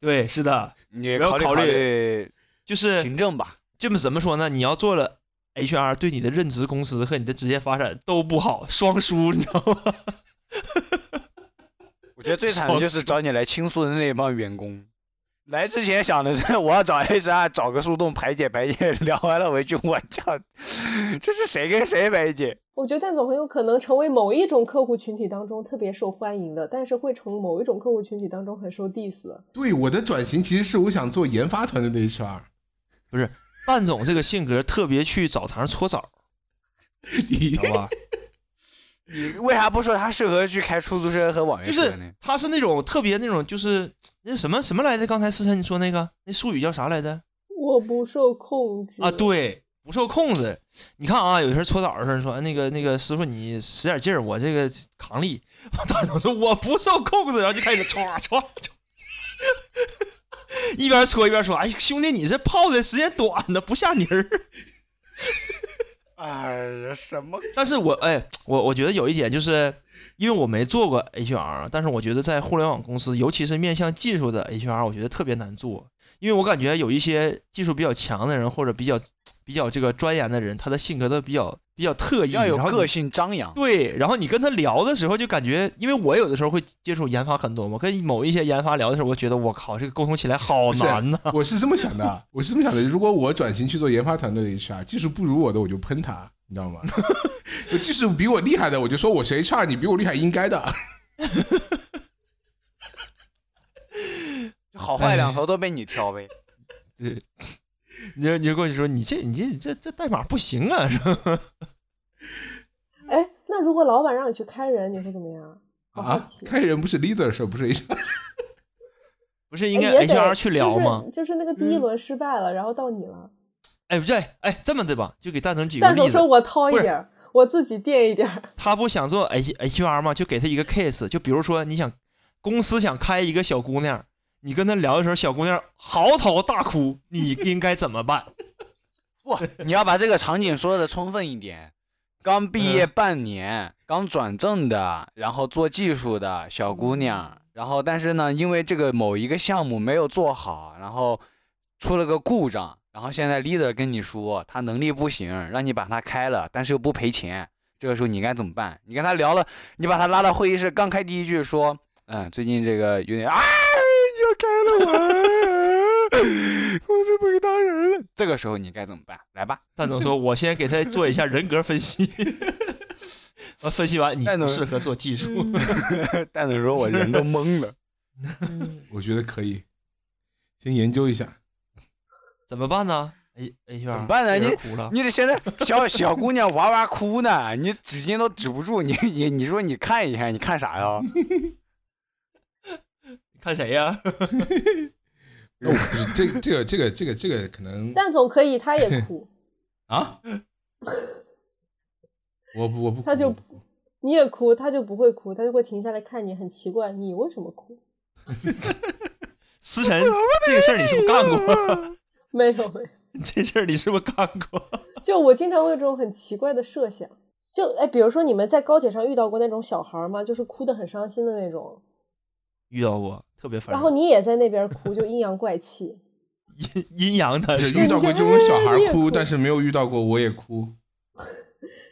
S5: 对是的，
S4: 你
S5: 不要
S4: 考虑
S5: 考虑
S4: 虑
S5: 就是
S4: 行政吧。
S5: 这么怎么说呢？你要做了 HR，对你的任职公司和你的职业发展都不好，双输，你知道吗？
S4: 我觉得最惨的就是找你来倾诉的那帮员工。来之前想的是我要找 HR 找个树洞排解排解，聊完了回去我操，这是谁跟谁排解？
S3: 我觉得蛋总很有可能成为某一种客户群体当中特别受欢迎的，但是会成某一种客户群体当中很受 diss 的。
S1: 对，我的转型其实是我想做研发团队的 HR。
S5: 不是，蛋总这个性格特别去澡堂搓澡，
S1: 你
S5: 知道吧？
S4: 你为啥不说他适合去开出租车和网约
S5: 就
S4: 车呢
S5: 是？他是那种特别那种，就是那什么什么来着？刚才思辰你说那个那术语叫啥来着？
S3: 我不受控制
S5: 啊，，对，不受控制。你看啊，有时候搓澡的时候说，哎那个那个师傅你使点劲儿，我这个扛力。大总说我不受控制，然后就开始歘歘歘， 一边搓一边说，哎兄弟你这泡的时间短呢，不下泥儿。
S4: 哎呀，什么？
S5: 但是我哎，我我觉得有一点就是，因为我没做过 HR，但是我觉得在互联网公司，尤其是面向技术的 HR，我觉得特别难做，因为我感觉有一些技术比较强的人，或者比较比较这个钻研的人，他的性格都比较比较特异，
S4: 要有
S5: 然后你
S4: 个性张扬。
S5: 对，然后你跟他聊的时候，就感觉，因为我有的时候会接触研发很多嘛，跟某一些研发聊的时候，我觉得我靠，这个沟通起来好
S1: 不是
S5: 难呐、
S1: 我是这么想的，我是这么想的。如果我转型去做研发团队的 HR，技术不如我的，我就喷他，你知道吗？ 有技术比我厉害的，我就说我是 HR，你比我厉害应该的。
S4: 好坏两头都被你挑呗。
S5: 你就你就跟我说，你这你这这这代码不行啊，是吧？
S3: 哎，那如果老板让你去开人，你会怎么样？好好
S1: 啊
S3: 奇，哎
S1: 开人不是 leader 是不是 HR？
S5: 不是
S3: 哎
S5: 应该
S3: 也得
S5: HR 去聊吗？
S3: 就是？就是那个第一轮失败了，然后到你了。
S5: 哎，不对，哎，这么对吧？就给蛋总举个
S3: 蛋总
S5: 例
S3: 说：“
S5: 子，
S3: 我掏一
S5: 不是
S3: 点儿，我自己垫一点儿。
S5: 他不想做 H HR 吗？就给他一个 case，就比如说你想公司想开一个小姑娘，你跟他聊的时候，小姑娘嚎啕大哭，你应该怎么办？
S4: 不， 你要把这个场景说的充分一点。刚毕业半年，刚转正的，然后做技术的小姑娘，然后但是呢，因为这个某一个项目没有做好，然后出了个故障，然后现在 leader 跟你说他能力不行，让你把他开了，但是又不赔钱，这个时候你应该怎么办？你跟他聊了，你把他拉到会议室，刚开第一句说，嗯，最近这个有点啊，你要开了我， 公司不给当人了，这个时候你该怎么办？来吧。
S5: 蛋总说：“我先给他做一下人格分析。” 完分析完，你
S4: 蛋
S5: 不
S4: 总
S5: 适合做技术。
S4: 蛋总说：“我人都懵了。
S3: 嗯
S1: 我觉得可以，先研究一下。
S5: 怎么办呢？哎哎呀，
S4: 怎么办呢
S5: 有人哭了，
S4: 你得现在小小姑娘哇哇哭呢，你纸巾都止不住，你你你说你看一下，你看啥呀？
S5: 看谁呀？
S1: 那我不是这个这个这个这个这个可能
S3: 蛋总可以，他 也哭，
S1: 啊，我不我不哭，
S3: 他就
S1: 我不哭
S3: 你也哭，他就不会哭，他就会停下来看你，很奇怪，你为什么哭？
S5: 思辰，这个事儿你是不是干
S4: 啊
S5: 过？
S3: 没有没有。”
S5: 这事儿你是不是干过？
S3: 就我经常会有这种很奇怪的设想，就哎，比如说你们在高铁上遇到过那种小孩儿吗？就是哭得很伤心的那种，
S5: 遇到过，特别烦
S3: 然后
S5: 人。
S3: 你也在那边哭，就阴阳怪气。
S5: 阴阴阳的
S1: 是
S5: 是
S1: 遇到过这种小孩
S3: 你也
S1: 哭，
S3: 哭
S1: 但是没有遇到过我也哭。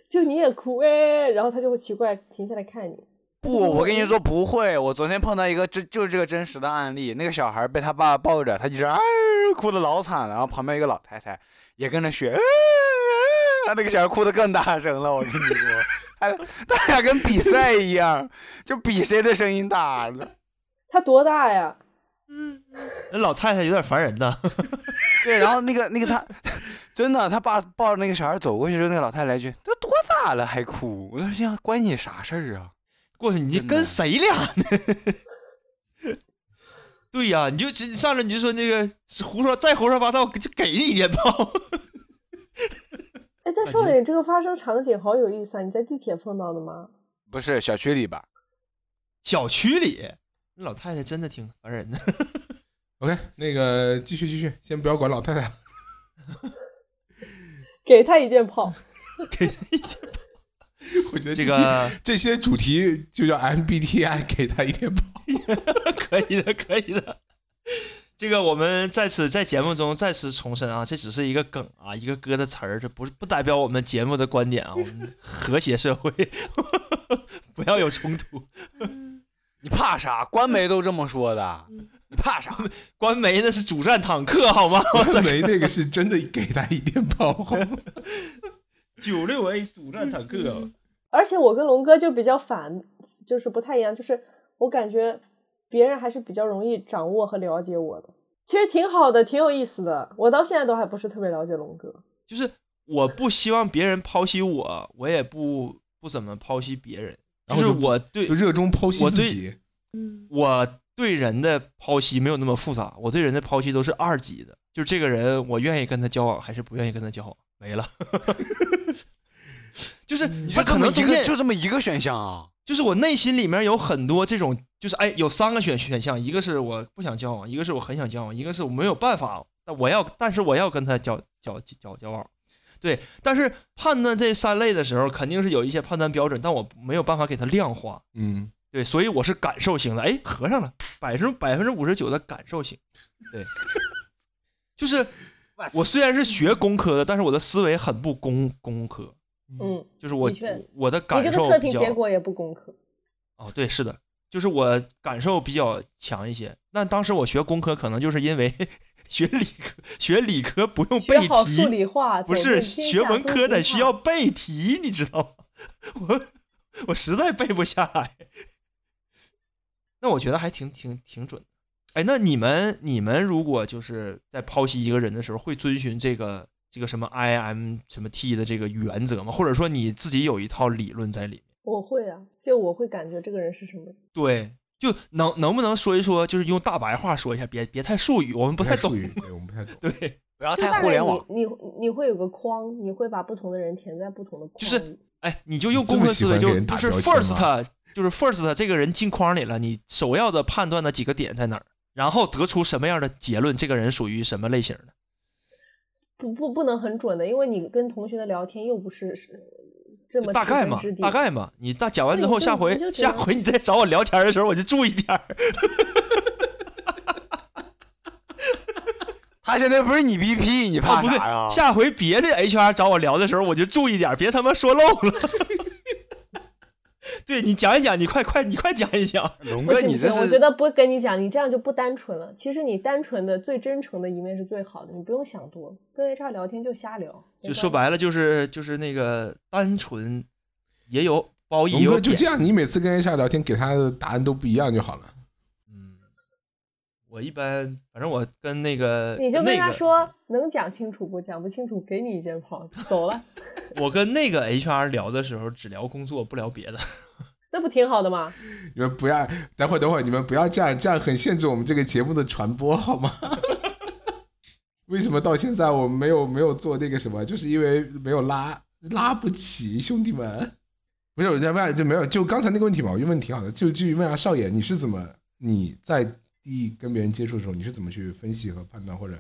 S3: 就你也哭哎，然后他就会奇怪停下来看你。
S4: 不，我跟你说不会，我昨天碰到一个真就是这个真实的案例，那个小孩被他爸爸抱着，他就是啊哭的老惨了，然后旁边一个老太太也跟着学，啊啊那个小孩哭的更大声了，我跟你说， 他他俩跟比赛一样，就比谁的声音大了。
S3: 他多大呀？
S5: 那老太太有点烦人呐。
S4: 对，然后那个那个他， 真的，他爸抱着那个小孩走过去之后，那个老太太来一句：“都多大了还哭？”我说：“心想关你啥事儿啊
S5: 过去你这
S4: 真的
S5: 跟谁俩呢？ 对呀、你就直上来你就说那个胡说，再胡说八道，就给你一鞭炮。
S3: 哎，但少爷，你这个发生场景好有意思啊！你在地铁碰到的吗？？”
S4: 不是小区里吧？
S5: 小区里，那老太太真的挺烦人的。
S1: OK，那个继续继续，先不要管老太太。
S3: 给他一件炮，
S1: 我觉得
S5: 这
S1: 期
S5: 个
S1: 这些主题就叫 MBTI，给他一 点跑。
S5: 可以的，可以的。这个我们在此在节目中再次重申啊，这只是一个梗啊，一个歌的词儿，这不是不代表我们节目的观点啊。我们和谐社会， 不要有冲突。
S4: 你怕啥？官媒都这么说的，你怕啥？
S5: 官媒那是主战坦克好吗？我的
S1: 没那个是真的给他一点炮轰，
S5: 九六 A 主战坦克啊，
S3: 而且我跟龙哥就比较反，就是不太一样，就是我感觉别人还是比较容易掌握和了解我的，其实挺好的，挺有意思的。我到现在都还不是特别了解龙哥，
S5: 就是我不希望别人剖析我，我也不不怎么剖析别人，就
S1: 然后
S5: 是
S1: 就
S5: 我对
S1: 就热衷剖析
S5: 我
S1: 自
S5: 对
S1: 己。
S5: 我对人的剖析没有那么复杂，我对人的剖析都是二级的，就是这个人我愿意跟他交往还是不愿意跟他交往，没了。 就是
S4: 你
S5: 他
S4: 就这
S5: 可
S4: 么
S5: 能
S4: 一
S5: 中
S4: 个，
S5: 间
S4: 就这么一个选项啊？
S5: 就是我内心里面有很多这种，就是哎，有三个选选项，一个是我不想交往，一个是我很想交往，一个是我没有办法，但我要，但是我要跟他交交交交往。对，但是判断这三类的时候，肯定是有一些判断标准，但我没有办法给它量化。
S1: 嗯，
S5: 对，所以我是感受型的。哎，合上了，百分百分之五十九的感受型。对，就是我虽然是学工科的，但是我的思维很不工工科，
S3: 嗯，
S5: 就是我
S3: 的确
S5: 我的
S3: 你
S5: 感
S3: 这个
S5: 受
S3: 测
S5: 比
S3: 评
S5: 较
S3: 结果也不攻克，
S5: 哦，对，是的，就是我感受比较强一些。那当时我学工科，可能就是因为 学理科，学理科不用
S3: 学
S5: 背
S3: 好数
S5: 题，
S3: 理化
S5: 不
S3: 走
S5: 是
S3: 遍天
S5: 学
S3: 下
S5: 文
S3: 都
S5: 科的
S3: 不
S5: 需
S3: 怕
S5: 要背题，你知道吗？ 我我实在背不下来。那我觉得还挺挺挺准的。哎，那你们你们如果就是在剖析一个人的时候，会遵循这个这个什么 I M 什么 T 的这个原则吗？或者说你自己有一套理论在里面？
S3: 我会啊，就我会感觉这个人是什么人。
S5: 对，就能能不能说一说，就是用大白话说一下，别别太术语，我们不太
S1: 术
S5: 懂。
S1: 语，对我们不太懂。
S5: 对，
S4: 不要
S3: 就
S4: 太
S3: 大
S4: 啊互
S3: 概
S4: 联网。
S3: 你你你会有个框，你会把不同的人填在不同的框里。
S5: 就是哎，你就用
S1: 你这
S5: 工
S1: 么
S5: 科
S1: 喜
S5: 思维，
S1: 欢
S5: 就
S1: 给人
S5: 就
S1: 打
S5: 是
S1: 标签吗
S5: first，就是 first，这个人进框里了，你首要的判断的几个点在哪儿，然后得出什么样的结论，这个人属于什么类型的。
S3: 不不不能很准的，因为你跟同学的聊天又不是是这
S5: 就
S3: 么
S5: 大
S3: 知
S5: 概
S3: 根
S5: 嘛
S3: 知，底
S5: 大概嘛，你大讲完
S3: 对
S5: 之
S3: 你
S5: 后，
S3: 就
S5: 下
S3: 你
S5: 回
S3: 就只
S5: 下
S3: 能
S5: 回你再找我聊天的时候，我就注意 点儿。
S4: 他现在不是你 BP，你
S5: 啊，
S4: 怕
S5: 不对
S4: 啥呀？，
S5: 下回别的 HR 找我聊的时候，我就注意点儿，别他妈说漏了。 对你讲一讲，你快快你快讲一讲。
S4: 龙
S3: 不
S4: 哥，
S3: 行
S4: 你
S3: 不
S4: 这
S3: 行，
S4: 是
S3: 我觉得不会跟你讲，你这样就不单纯了。其实你单纯的、最真诚的一面是最好的，你不用想多，跟 HR 聊天就瞎聊。
S5: 就说白了就是就是那个单纯，也有褒义，也
S1: 龙
S5: 有
S1: 哥就
S5: 贬
S1: 这。样，你每次跟 HR 聊天，给他的答案都不一样就好了。
S5: 嗯，我一般反正我跟那个
S3: 你就跟
S5: 那
S3: 他
S5: 个
S3: 说、能讲清楚不？讲不清楚给你一间房，走 了，
S5: 我跟那个 HR 聊的时候只聊工作不聊别的。
S3: 那不挺好的吗？
S1: 你们不要，等会儿等会儿，你们不要这样，这样很限制我们这个节目的传播， 好吗？为什么到现在我们没有没有做那个什么？就是因为没有拉拉不起，兄弟们。不是我在问，就没有就刚才那个问题嘛，我就问挺好的，就就问下少爷，你是怎么你在第一跟别人接触的时候，你是怎么去分析和判断，或者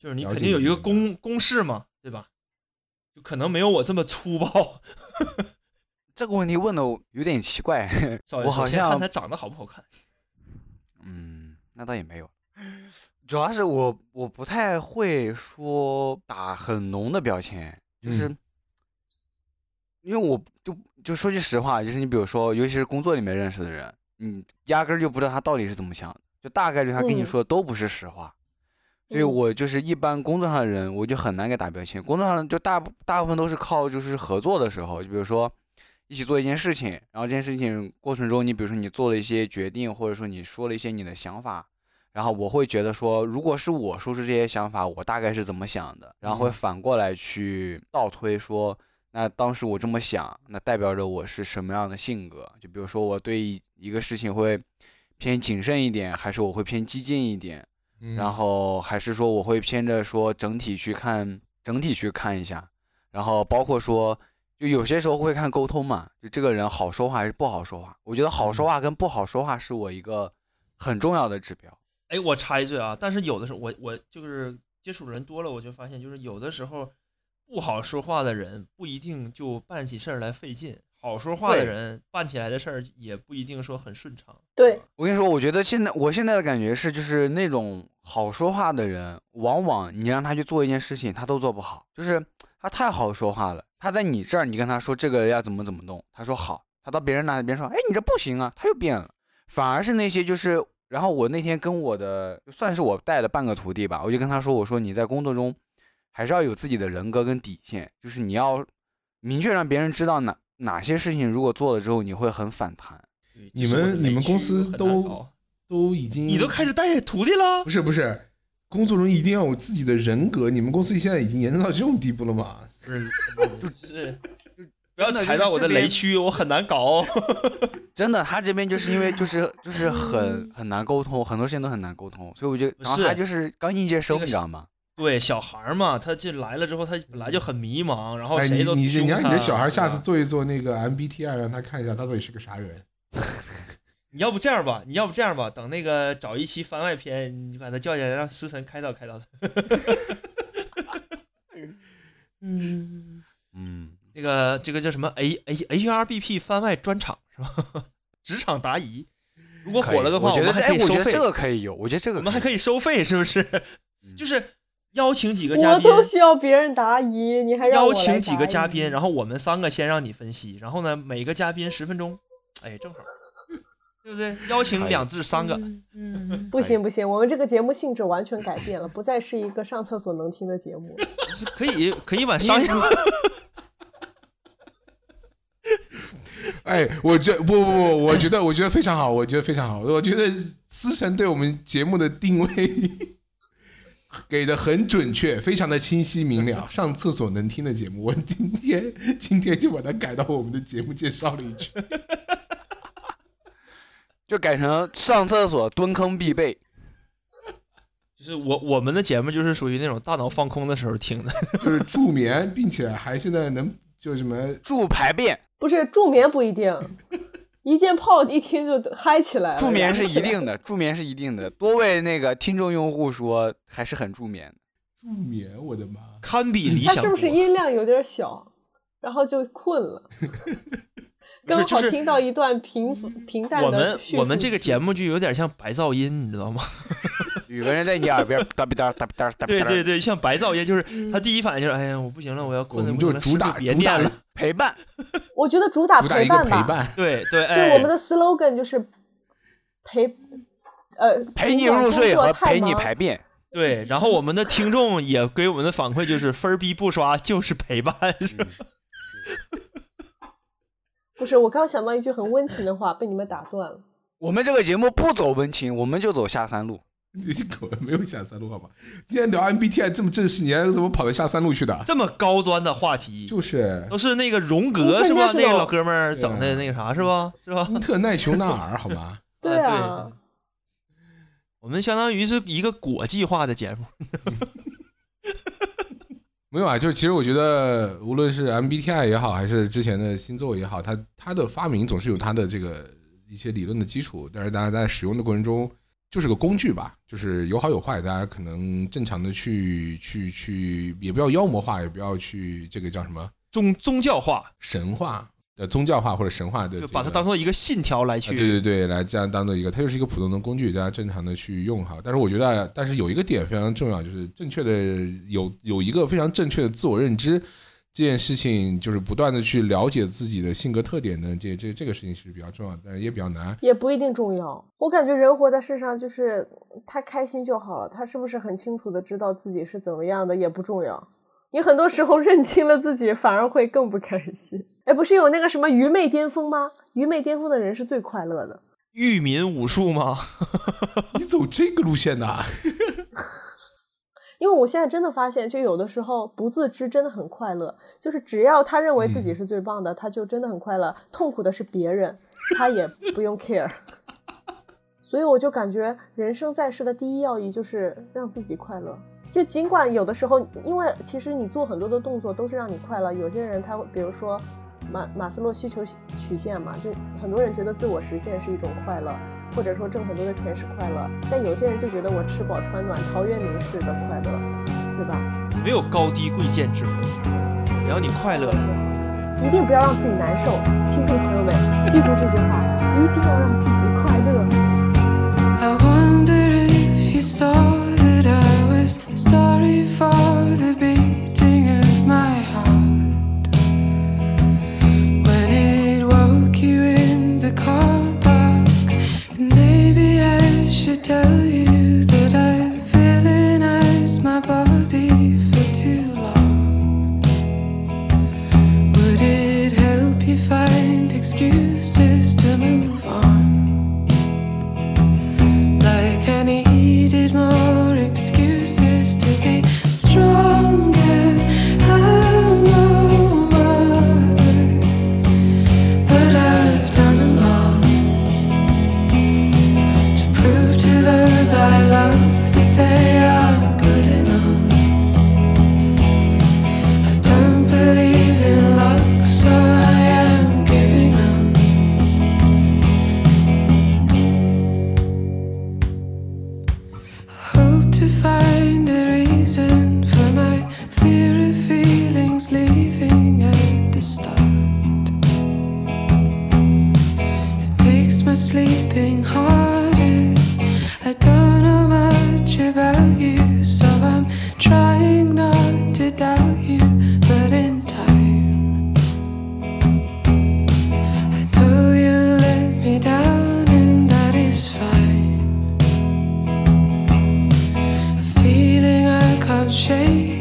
S5: 就是你
S1: 了
S5: 肯
S1: 解
S5: 定有一
S1: 你
S5: 个
S1: 明白
S5: 公公式嘛，对吧？就可能没有我这么粗暴。
S4: 这个问题问的有点奇怪。
S5: 少
S4: 我
S5: 爷首
S4: 好
S5: 先看
S4: 像
S5: 他长得好不好看。
S4: 嗯，那倒也没有，主要是我我不太会说打很浓的标签，就是、
S1: 嗯
S4: 因为我就就说句实话，就是你比如说，尤其是工作里面认识的人，你压根儿就不知道他到底是怎么想的，就大概率他跟你
S3: 嗯
S4: 说的都不是实话。所以
S3: 嗯
S4: 我就是一般工作上的人，我就很难给打标签。工作上的就大部大部分都是靠就是合作的时候，就比如说一起做一件事情，然后这件事情过程中，你比如说你做了一些决定，或者说你说了一些你的想法，然后我会觉得说，如果是我说出这些想法，我大概是怎么想的，然后会
S1: 嗯
S4: 反过来去倒推说，那当时我这么想，那代表着我是什么样的性格？就比如说我对一一个事情会偏谨慎一点，还是我会偏激进一点？
S5: 嗯
S1: 嗯
S4: 然后还是说我会偏着说整体去看，整体去看一下，然后包括说，就有些时候会看沟通嘛，就这个人好说话还是不好说话。我觉得好说话跟不好说话是我一个很重要的指标。
S5: 哎，我插一句啊，但是有的时候我我就是接触的人多了，我就发现就是有的时候不好说话的人不一定就办起事儿来费劲，好说话的
S4: 对
S5: 人办起来的事儿也不一定说很顺畅。
S3: 对，
S4: 我跟你说，我觉得现在我现在的感觉是，就是那种好说话的人，往往你让他去做一件事情，他都做不好，就是他太好说话了。他在你这儿，你跟他说这个要怎么怎么弄，他说好，他到别人那里边说，哎，你这不行啊，他又变了。反而是那些就是，然后我那天跟我的就算是我带了半个徒弟吧，我就跟他说，我说你在工作中还是要有自己的人格跟底线，就是你要明确让别人知道哪哪些事情如果做了之后你会很反弹。
S5: 对
S1: 你
S5: 这是我的
S1: 们你
S5: 雷
S1: 们
S5: 区
S1: 公司
S5: 很难
S1: 都
S5: 搞
S1: 都已经
S5: 你都开始带徒弟了
S1: 不？是不是，工作中一定要有自己的人格。你们公司现在已经严重到这种地步了吗？
S5: 不是， 就是不要
S4: 真的就
S5: 踩
S4: 是
S5: 到我
S4: 这
S5: 的雷
S4: 边
S5: 区，我很难搞。
S4: 真的，他这边就是因为就是就是很很难沟通，很多事情都很难沟通，所以我就然后
S5: 是
S4: 他就是刚应届生，
S5: 这个
S4: 你知道吗？
S5: 对小孩儿嘛，他进来了之后，他本来就很迷茫，然后
S1: 哎，
S5: 哦谁
S1: 你
S5: 都
S1: 你
S5: 凶
S1: 你让你
S5: 他
S1: 的小孩
S5: 对
S1: 下
S5: 吧
S1: 次做一做那个 MBTI，让他看一下他到底是个啥人。
S5: 你要不这样吧，你要不这样吧，等那个找一期番外篇，你就把他叫起来，让思辰开导开导他。嗯，
S4: 嗯，
S5: 那个这个叫什么 A A H R B P 番外专场是吧？ 职场答疑，如果
S4: 可以
S5: 火了的话，
S4: 我觉得
S5: 们还
S4: 哎，
S5: 可以
S4: 我
S5: 收
S4: 觉得
S5: 费，
S4: 这个可以有，我觉得这个
S5: 我们还可
S4: 以
S5: 以收费，是不是？
S4: 嗯
S5: 就是邀请几个嘉
S3: 我
S5: 宾，
S3: 都需要别人答疑，你还让
S5: 邀
S3: 我来
S5: 请几
S3: 答
S5: 个嘉
S3: 疑
S5: 宾，然后我们三个先让你分析，然后呢，每个嘉宾十分钟，哎，正好， 对不对？邀
S4: 可
S5: 请
S4: 以
S5: 两至三个，
S2: 嗯，
S3: 不
S5: 哎
S3: 行不行，我们这个节目性质完全改变了，不再是一个上厕所能听的节目。
S5: 是可以可以往商业化
S1: 哎，我觉不不不，我觉得我觉得非常好，我觉得非常好，我觉得思辰对我们节目的定位 给的很准确，非常的清晰明了。上厕所能听的节目，我今天今天就把它改到我们的节目介绍里去。
S4: 就改成上厕所蹲坑必备，
S5: 就是我我们的节目就是属于那种大脑放空的时候听的，
S1: 就是助眠，并且还现在能就什么
S4: 助排便，
S3: 不是助眠不一 定，一见泡一听就嗨起
S5: 哎
S3: 来了。
S4: 助眠
S3: 燃
S4: 是
S3: 起
S4: 一
S3: 来
S4: 定的，助眠是一定的。多位那个听众用户说还是很助眠的，
S1: 助眠，我的妈！
S5: 堪比理
S3: 它
S5: 想
S3: 是不是
S5: 国
S3: 音量有点小，然后就困 了？
S5: 不是
S3: 刚
S5: 就
S3: 好
S5: 是
S3: 听到一段平平淡的
S5: 我们
S3: 叙
S5: 我们
S3: 述
S5: 这个
S3: 期
S5: 节目就有点像白噪音，你知道吗？
S4: 有个人在你耳边哒吧哒哒吧哒哒吧
S5: 对对
S4: 哒，
S5: 对，像白噪音，
S3: 嗯
S5: 就是他第一反应就是，哎呀，我不行了，我要
S1: 我
S5: 困了，
S1: 们
S5: 不行
S1: 就
S5: 了
S1: 主
S5: 是不是
S1: 打
S5: 别
S1: 主打
S5: 念了。
S4: 陪伴，
S3: 我觉得主打
S1: 主打一
S3: 啊
S1: 个
S3: 陪伴
S1: 陪
S3: 吧。
S1: 伴，
S5: 对对，哎，
S3: 对，我们的 slogan 就是陪，呃，
S4: 陪你
S3: 尽管
S4: 入
S3: 工
S4: 睡
S3: 作
S4: 和
S3: 太
S4: 陪你
S3: 忙
S4: 排便。
S5: 对，然后我们的听众也给我们的反馈就是分儿逼不刷就是陪伴，
S1: 嗯
S5: 是吧
S3: 不是，我刚想到一句很温情的话，被你们打断了。
S4: 我们这个节目不走温情，我们就走下三路。
S1: 你这狗没有下三路好吗？今天聊 MBTI 这么正式，你还怎么跑到下三路去的？
S5: 这么高端的话题，
S1: 就是
S5: 都是那个荣格是吧？
S3: 嗯 International
S5: 那个老哥们儿整
S1: 啊
S5: 的那个啥是吧？是吧？
S1: 因特奈琼纳尔好吗？
S4: 呃
S5: 对
S3: 啊，
S5: 我们相当于是一个国际化的节目，
S1: 没有啊，就是其实我觉得，无论是 MBTI 也好，还是之前的星座也好，它它的发明总是有它的这个一些理论的基础，但是大家在使用的过程中，就是个工具吧，就是有好有坏，大家可能正常的去去去，也不要妖魔化，也不要去这个叫什么
S5: 宗宗教化，
S1: 神话呃宗教化或者神话的、
S5: 就
S1: 这个，
S5: 把它当做一个信条来
S1: 啊对
S5: 去。
S1: 对对，来这样当做一个，它就是一个普通的工具，大家正常的去用哈。但是我觉得，啊但是有一个点非常重要，就是正确的有有一个非常正确的自我认知这件事情，就是不断的去了解自己的性格特点的，这这这个事情是比较重要，但是也比较难。
S3: 也不一定重要。我感觉人活在世上，就是他开心就好了。他是不是很清楚的知道自己是怎么样的也不重要。你很多时候 认清了自己，反而会更不开心。哎，不是有那个什么愚昧巅峰吗？愚昧巅峰的人是最快乐的。
S5: 裕民武术吗？
S1: 你走这个路线的，
S3: 因为我现在真的发现，就有的时候不自知真的很快乐，就是只要他认为自己是最棒的，他就真的很快乐。痛苦的是别人，他也不用 care。所以我就感觉人生在世的第一要义就是让自己快乐。就尽管有的时候，因为其实你做很多的动作都是让你快乐，有些人他会，比如说马马斯洛需求曲线嘛，就很多人觉得自我实现是一种快乐，或者说挣很多的钱是快乐，但有些人就觉得我吃饱穿暖、陶渊明式的快乐，对吧？
S5: 没有高低贵贱之分，只要你快
S3: 快
S5: 乐
S3: 乐就
S5: 了。
S3: 好。
S5: 对
S3: 一定不要让自己难受。听众朋友们，记住这句话，一定要让自己快乐。
S6: I wondered if you saw that I was sorry for the beating of my heart when it woke you in the car park. And maybe I should tell you that I villainized my body for too long. Would it help you find excuses to move on? Like I needed more excuses to be stronger. I'm no mother, but I've done a lot to prove to those I love that they are good enough. I don't believe in luck, so I am giving up. hope to find a reason for my fear of feelings leaving at the start. It makes my sleeping harder. I don't know much about you, so I'm trying not to doubt you, but in time. I know you let me down, and that is fine feeling I can't shake.